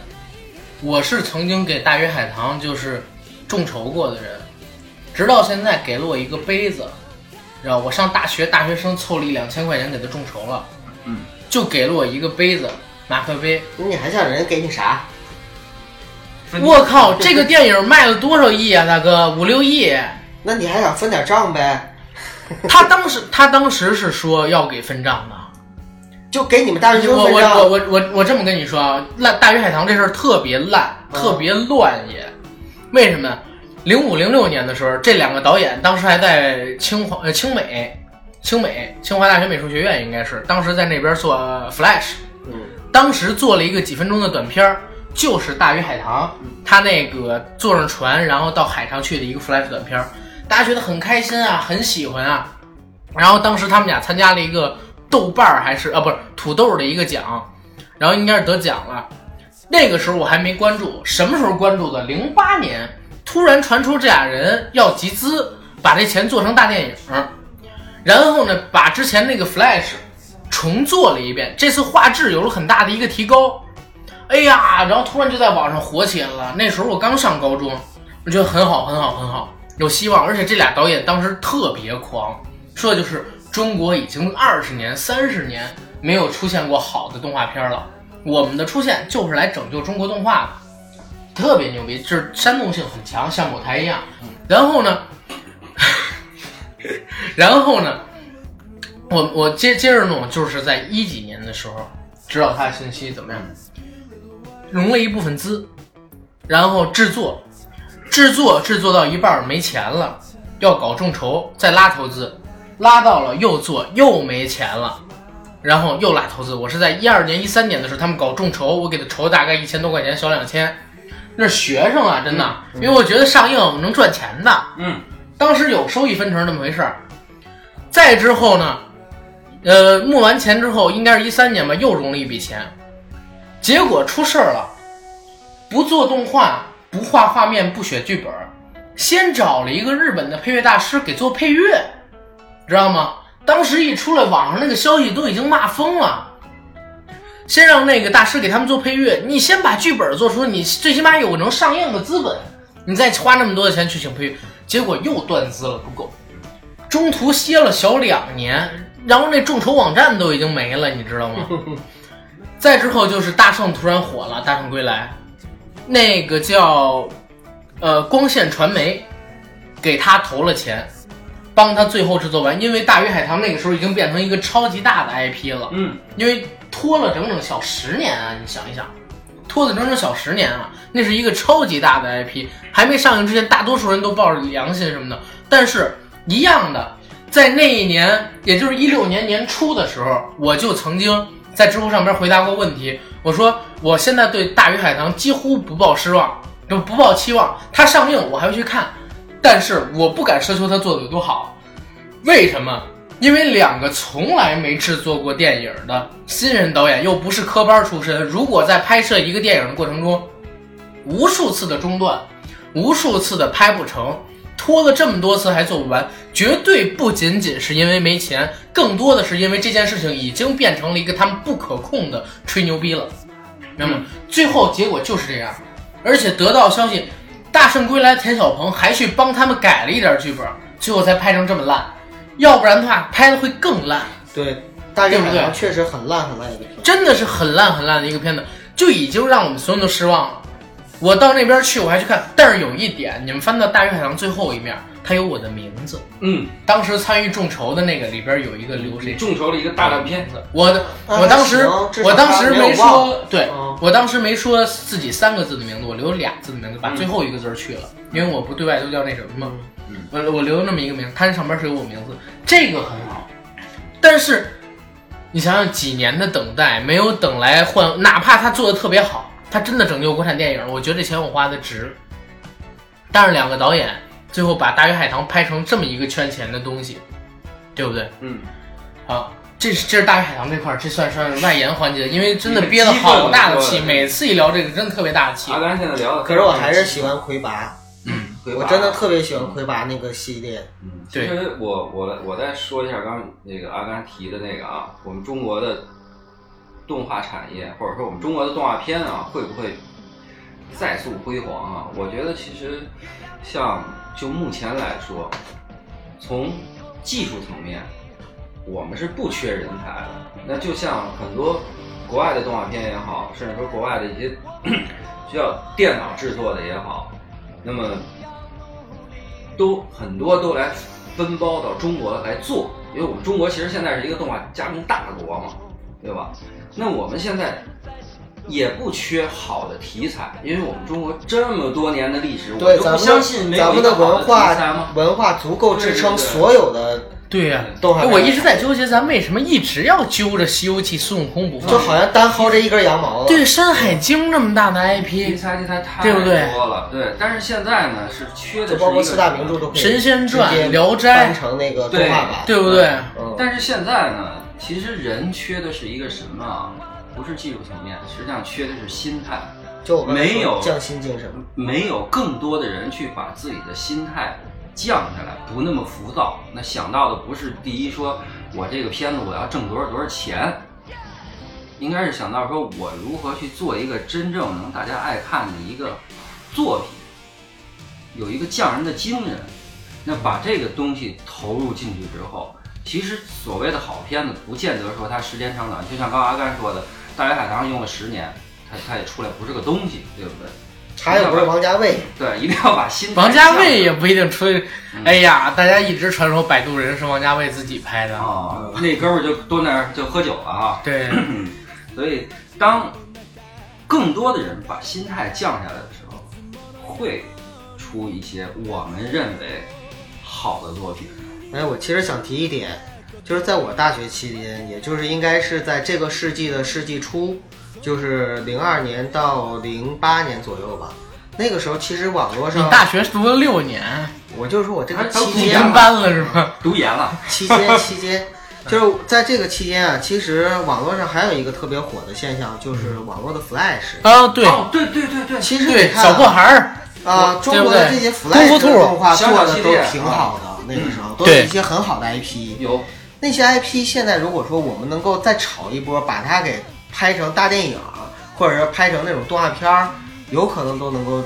S1: 我是曾经给大鱼海棠就是众筹过的人，直到现在给了我一个杯子，然后我上大学，大学生凑了一两千块钱给他众筹了，
S2: 嗯，
S1: 就给了我一个杯子，马克杯。
S3: 那你还想人家给你啥？
S2: 分
S1: 我靠，这个电影卖了多少亿啊，大哥，五六亿。
S3: 那你还想分点账呗？
S1: 他当时他当时是说要给分账的。
S3: 就给你们大学生
S1: 我我
S3: 分
S1: 我
S3: 账。
S1: 我我我这么跟你说啊，烂大鱼海棠这事儿特别烂，
S3: 嗯
S1: 特别乱也。为什么？零五零六年的时候，这两个导演当时还在清华呃清美，清美清华大学美术学院应该是当时在那边做呃 Flash，
S3: 嗯。
S1: 当时做了一个几分钟的短片儿，就是《大鱼海棠》，
S3: 嗯
S1: 他那个坐上船，然后到海上去的一个 flash 短片儿，大家觉得很开心啊，很喜欢啊。呃然后当时他们俩参加了一个豆瓣儿还是啊不是土豆儿的一个奖，然后应该是得奖了。那个时候我还没关注，什么时候关注的？零八年，突然传出这俩人要集资，把这钱做成大电影，然后呢，把之前那个 Flash 重做了一遍，这次画质有了很大的一个提高。哎呀，然后突然就在网上火起来了。那时候我刚上高中，我觉得很好，很好，很好，有希望。而且这俩导演当时特别狂，说的就是中国已经二十年、三十年没有出现过好的动画片了，我们的出现就是来拯救中国动画的，特别牛逼，就是煽动性很强，像某台一样。然后呢， <laughs> 然后呢，我我接接着弄，就是在一几年的时候知道他的信息怎么样，融了一部分资，然后制作，制作制作到一半儿没钱了，要搞众筹，再拉投资，拉到了又做又没钱了。然后又拉投资，我是在一二年、一三年的时候，他们搞众筹，我给他筹大概一千多块钱，小两千。那是学生啊，真的，因为我觉得上映我们能赚钱的，
S2: 嗯，
S1: 当时有收益分成这么回事儿。再之后呢，呃，募完钱之后，应该是一三年吧，又融了一笔钱，结果出事儿了，不做动画，不画画面，不写剧本儿，先找了一个日本的配乐大师给做配乐，知道吗？当时一出来，网上那个消息都已经骂疯了。先让那个大师给他们做配乐，你先把剧本做出，你最起码有能上映的资本，你再花那么多的钱去请配乐，结果又断资了，不够。中途歇了小两年，然后那众筹网站都已经没了，你知道吗？再之后就是大圣突然火了，《大圣归来》，那个叫呃光线传媒给他投了钱，帮他最后制作完，因为《大鱼海棠》那个时候已经变成一个超级大的 IP 了，
S2: 嗯，
S1: 因为拖了整整小十年啊，你想一想，拖了整整小十年啊，那是一个超级大的 IP，还没上映之前，大多数人都抱着良心什么的，但是一样的，在那一年，也就是一六年年初的时候，我就曾经在知乎上边回答过问题，我说我现在对《大鱼海棠》几乎不抱失望，就不抱期望，它上映我还会去看，但是我不敢奢求它做的有多好，为什么？因为两个从来没制作过电影的新人导演，又不是科班出身，如果在拍摄一个电影的过程中，无数次的中断，无数次的拍不成，拖了这么多次还做不完，绝对不仅仅是因为没钱，更多的是因为这件事情已经变成了一个他们不可控的吹牛逼了，明白吗？最后结果就是这样，而且得到消息，《大圣归来》田晓鹏还去帮他们改了一点剧本，最后才拍成这么烂。要不然的话拍的会更烂，
S3: 对，大鱼
S1: 对不
S3: 海
S1: 对
S3: 棠确实很烂很烂一个片。
S1: 真的是很烂很烂的一个片子，就已经让我们所有人都失望了。我到那边去，我还去看，但是有一点，你们翻到《大鱼海棠》最后一面，它有我的名字。
S2: 嗯，
S1: 当时参与众筹的那个里边有一个流水
S2: 众筹了一个大烂片子，
S1: 我的，
S3: 啊那
S1: 我当
S3: 还
S1: 时
S3: 行至少
S1: 我当
S3: 他
S1: 时
S3: 没有
S1: 没
S3: 忘
S1: 说，对
S3: 嗯
S1: 我当时没说自己三个字的名字，我留俩字的名字，把
S2: 嗯
S1: 最后一个字儿去了，因为我不对外都叫那什么嘛
S2: 嗯，
S1: 我我留那么一个名，它上边是有我名字，这个很好，但是你想想几年的等待，没有等来换，哪怕他做的特别好，他真的拯救国产电影，我觉得这钱我花的值，但是两个导演最后把《大鱼海棠》拍成这么一个圈钱的东西，对不对？
S2: 嗯，
S1: 啊，这是这是大鱼海棠这块儿，这算算是外延环节，因为真的憋了好大的
S2: 你很激啊
S1: 气，
S2: 愤我
S1: 每次一聊这个真的特别大的气
S2: 阿。甘现在聊的，嗯
S3: 可是我还是喜欢魁拔，
S2: 回
S3: 我
S2: 吧
S3: 真的特别喜欢魁拔那个系列。
S2: 嗯，其
S1: 对
S2: 实我我我再说一下刚刚那个阿甘提的那个啊，我们中国的动画产业，或者说我们中国的动画片啊，会不会再塑辉煌啊？我觉得其实像就目前来说，从技术层面，我们是不缺人才的。那就像很多国外的动画片也好，甚至说国外的一些 <coughs> 需要电脑制作的也好，那么都很多都来分包到中国来做，因为我们中国其实现在是一个动画加工大国嘛，对吧？那我们现在也不缺好的题材，因为我们中国这么多年的历史，我
S3: 对，
S2: 就
S3: 咱
S2: 不
S3: 们
S2: 相信没
S3: 咱
S2: 有一
S3: 们
S2: 个
S3: 的
S2: 好
S3: 文
S2: 题材
S3: 化
S2: 吗？
S3: 文化足够支
S2: 对对
S3: 撑
S2: 对
S3: 所有的，
S1: 对呀、
S3: 动画
S1: 哎
S3: 片
S1: 我一直在纠结，咱为什么一直要揪着《西游记》孙悟空不放？
S3: 就好像单薅这一根羊毛了。
S1: 对《山海经》这么大的
S2: 题
S1: IP，《
S2: 材题材太
S1: 对不对
S2: 多了，对但是现在呢是缺的是
S3: 就
S2: 一
S3: 包括
S2: 个
S3: 四大名著都可以
S1: 神仙传
S3: 直接
S1: 聊斋
S3: 翻成那个动画版。
S1: 对不对？
S3: 嗯，
S2: 但是现在呢，其实人缺的是一个什么啊？不是技术层面，实际上缺的是心态。
S3: 就我刚才说
S2: 没有
S3: 匠心精神，
S2: 没有更多的人去把自己的心态降下来，不那么浮躁。那想到的不是第一说，我这个片子我要挣多少多少钱，应该是想到说我如何去做一个真正能大家爱看的一个作品，有一个匠人的精神。那把这个东西投入进去之后，其实所谓的好片子，不见得说它时间长短。就像刚阿甘说的，《大鱼海棠》用了十年，它它也出来不是个东西，对不对？
S3: 茶也不是王家卫，
S2: 对，一定要把心态
S1: 王家卫也
S2: 降
S1: 不一定出。哎呀，大家一直传说《摆渡人》是王家卫自己拍的
S2: 下。啊，那哥们儿就蹲那儿就喝酒了啊。
S1: 对，
S2: 所以，当更多的人把心态降下来的时候，会出一些我们认为好的作品。
S3: 哎，我其实想提一点，就是在我大学期间，也就是应该是在这个世纪的世纪初，就是零二年到零八年左右吧。那个时候，其实网络
S1: 你
S3: 上，
S1: 大学读了六年，
S3: 我就是啊说我这个
S2: 还
S3: 期
S2: 还有
S3: 间
S2: 研
S1: 研
S3: 吧，
S1: 班了是吗？
S2: 读研了，
S3: 期间期间，就是在这个期间啊，其实网络上还有一个特别火的现象，就是网络的 Flash。
S1: 啊，对
S2: 哦，对对对对，
S3: 其实你
S1: 对，
S3: 看
S1: 小破
S3: 啊，
S1: 孩儿，
S3: 啊，中国的这些
S1: 对不对
S3: Flash
S1: 功夫
S3: 的
S1: 兔
S3: 动画
S2: 小
S3: 做
S2: 小
S3: 的
S2: 系
S3: 都
S2: 列
S3: 挺
S2: 啊
S3: 好的，那个时候都
S1: 嗯对
S3: 是一些很好的 IP。
S2: 有
S3: 那些 IP 现在如果说我们能够再炒一波，把它给拍成大电影，或者是拍成那种动画片儿，有可能都能够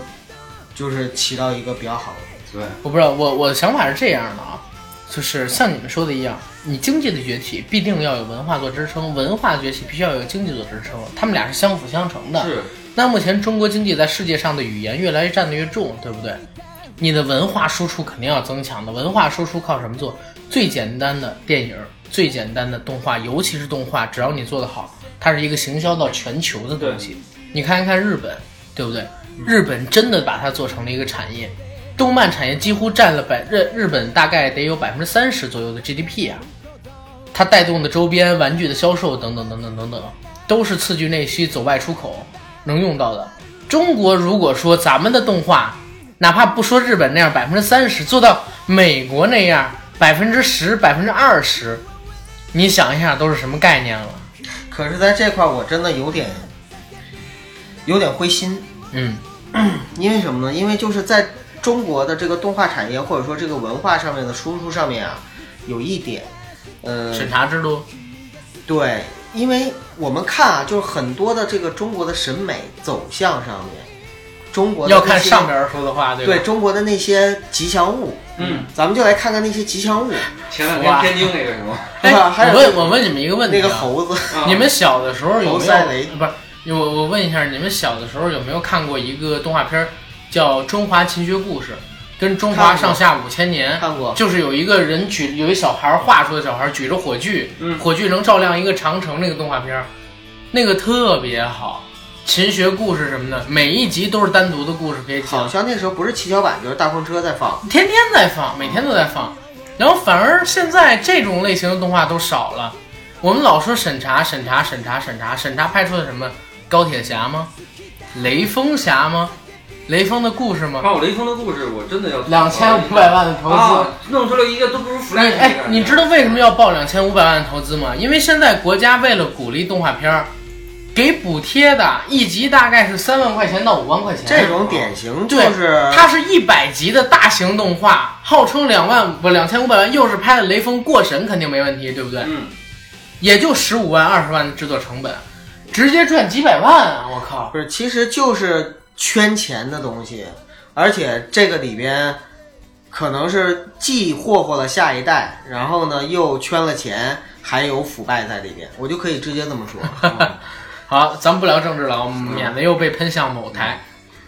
S3: 就是起到一个比较好的。
S2: 对，
S1: 我不知道，我我的想法是这样的啊，就是像你们说的一样，你经济的崛起必定要有文化做支撑，文化崛起必须要有经济做支撑，他们俩是相辅相成的。
S2: 是
S1: 那目前中国经济在世界上的语言越来越占得越重，对不对？你的文化输出肯定要增强的。文化输出靠什么做？最简单的电影，最简单的动画，尤其是动画，只要你做得好，它是一个行销到全球的东西。你看一看日本，对不对？日本真的把它做成了一个产业，动漫产业几乎占了百日日本大概得有百分之三十左右的 GDP 啊。它带动的周边、玩具的销售等等等等等等，都是刺激内需、走外出口能用到的。中国如果说咱们的动画，哪怕不说日本那样百分之三十，做到美国那样百分之十、百分之二十，你想一下都是什么概念了？
S3: 可是，在这块儿我真的有点有点灰心，
S1: 嗯，
S3: 因为什么呢？因为就是在中国的这个动画产业或者说这个文化上面的输出上面啊，有一点，呃，
S1: 审查制度，
S3: 对，因为我们看啊，就是很多的这个中国的审美走向上面，中国的
S1: 要
S3: 那
S1: 看
S3: 些
S1: 上边说的话，对吧？
S3: 对中国的那些吉祥物，
S2: 嗯，
S3: 咱们就来看看那些吉祥物，
S2: 前两天天津那个什么，
S1: 哎，
S3: 啊还有
S1: 我问我问你们一个问题、
S3: 那
S1: 啊，
S3: 个猴子，
S2: 啊
S1: 你们小的时候有
S3: 侯
S1: 没
S3: 赛雷
S1: 有？不是，有我我问一下，你们小的时候有没有看过一个动画片儿叫《中华勤学故事》，跟《中华上下五千年》？
S3: 看过
S1: 就是有一个人举，有一小孩儿画出的小孩儿举着火炬，
S2: 嗯
S1: 火炬能照亮一个长城。那个动画片儿，那个特别好。勤学故事什么的，每一集都是单独的故事可以
S3: 好
S1: 讲，
S3: 像那时候不是七巧板就是大风车在放，
S1: 天天在
S3: 嗯
S1: 放，每天都在放。然后反而现在这种类型的动画都少了。我们老说审查、审查、审查、审查、审查，拍出了什么？高铁侠吗？雷锋侠吗？雷锋的故事吗？
S3: 哦
S2: 啊，我雷锋的故事，我真的要
S1: 两千五百万的投资。
S2: 啊，弄出来一个都不如 Flash
S1: 你
S2: 那
S1: 哎
S2: 个，
S1: 你知道为什么要报两千五百万的投资吗？因为现在国家为了鼓励动画片儿，给补贴的一集大概是三万块钱到五万块钱。
S3: 这种典型
S1: 嗯
S3: 就
S1: 对，
S3: 是
S1: 它是一百集的大型动画，号称两万不两千五百万，又是拍的雷锋过审，肯定没问题，对不对？
S2: 嗯，
S1: 也就十五万二十万的制作成本，直接赚几百万啊！我靠，
S3: 不是，其实就是圈钱的东西，而且这个里边可能是既霍霍了下一代，然后呢又圈了钱，还有腐败在里边，我就可以直接这么
S1: <laughs>
S3: 说。
S1: 好，咱们不聊政治了，我们免得又被喷向某台。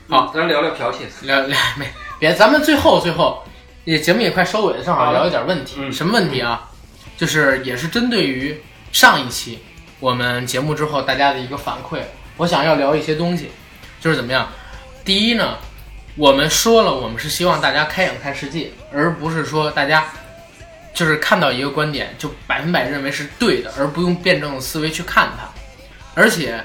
S1: 好，
S2: 嗯咱聊聊剽窃，
S1: 聊 <laughs> 聊没别，咱们最后最后，也节目也快收尾了，正好
S2: 好的
S1: 聊一点问题。
S2: 嗯
S1: 什么问题啊？就是也是针对于上一期我们节目之后大家的一个反馈，我想要聊一些东西，就是怎么样？第一呢，我们说了，我们是希望大家开眼看世界，而不是说大家就是看到一个观点就百分百认为是对的，而不用辩证的思维去看它。而且，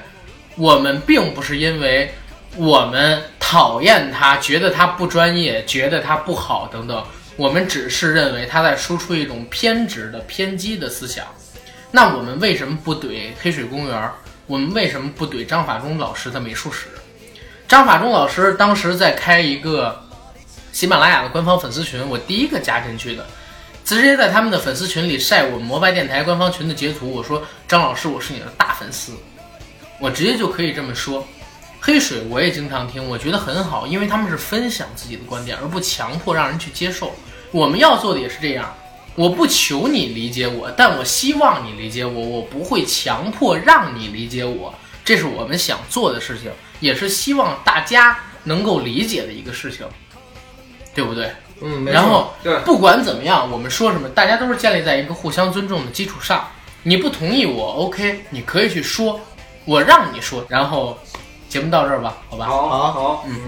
S1: 我们并不是因为我们讨厌他，觉得他不专业，觉得他不好等等，我们只是认为他在输出一种偏执的、偏激的思想。那我们为什么不怼《黑水公园》？我们为什么不怼张法中老师的美术史？张法中老师当时在开一个喜马拉雅的官方粉丝群，我第一个加进去的，直接在他们的粉丝群里晒我们摩拜电台官方群的截图，我说张老师，我是你的大粉丝，我直接就可以这么说。黑水我也经常听，我觉得很好，因为他们是分享自己的观点，而不强迫让人去接受。我们要做的也是这样，我不求你理解我，但我希望你理解我，我不会强迫让你理解我，这是我们想做的事情，也是希望大家能够理解的一个事情，对不对？
S3: 嗯，没错
S1: 然后
S2: 对
S1: 不管怎么样，我们说什么，大家都是建立在一个互相尊重的基础上。你不同意我，OK，你可以去说，我让你说。然后节目到这儿吧，好吧？
S2: 好
S3: 好
S2: 好，
S1: 嗯，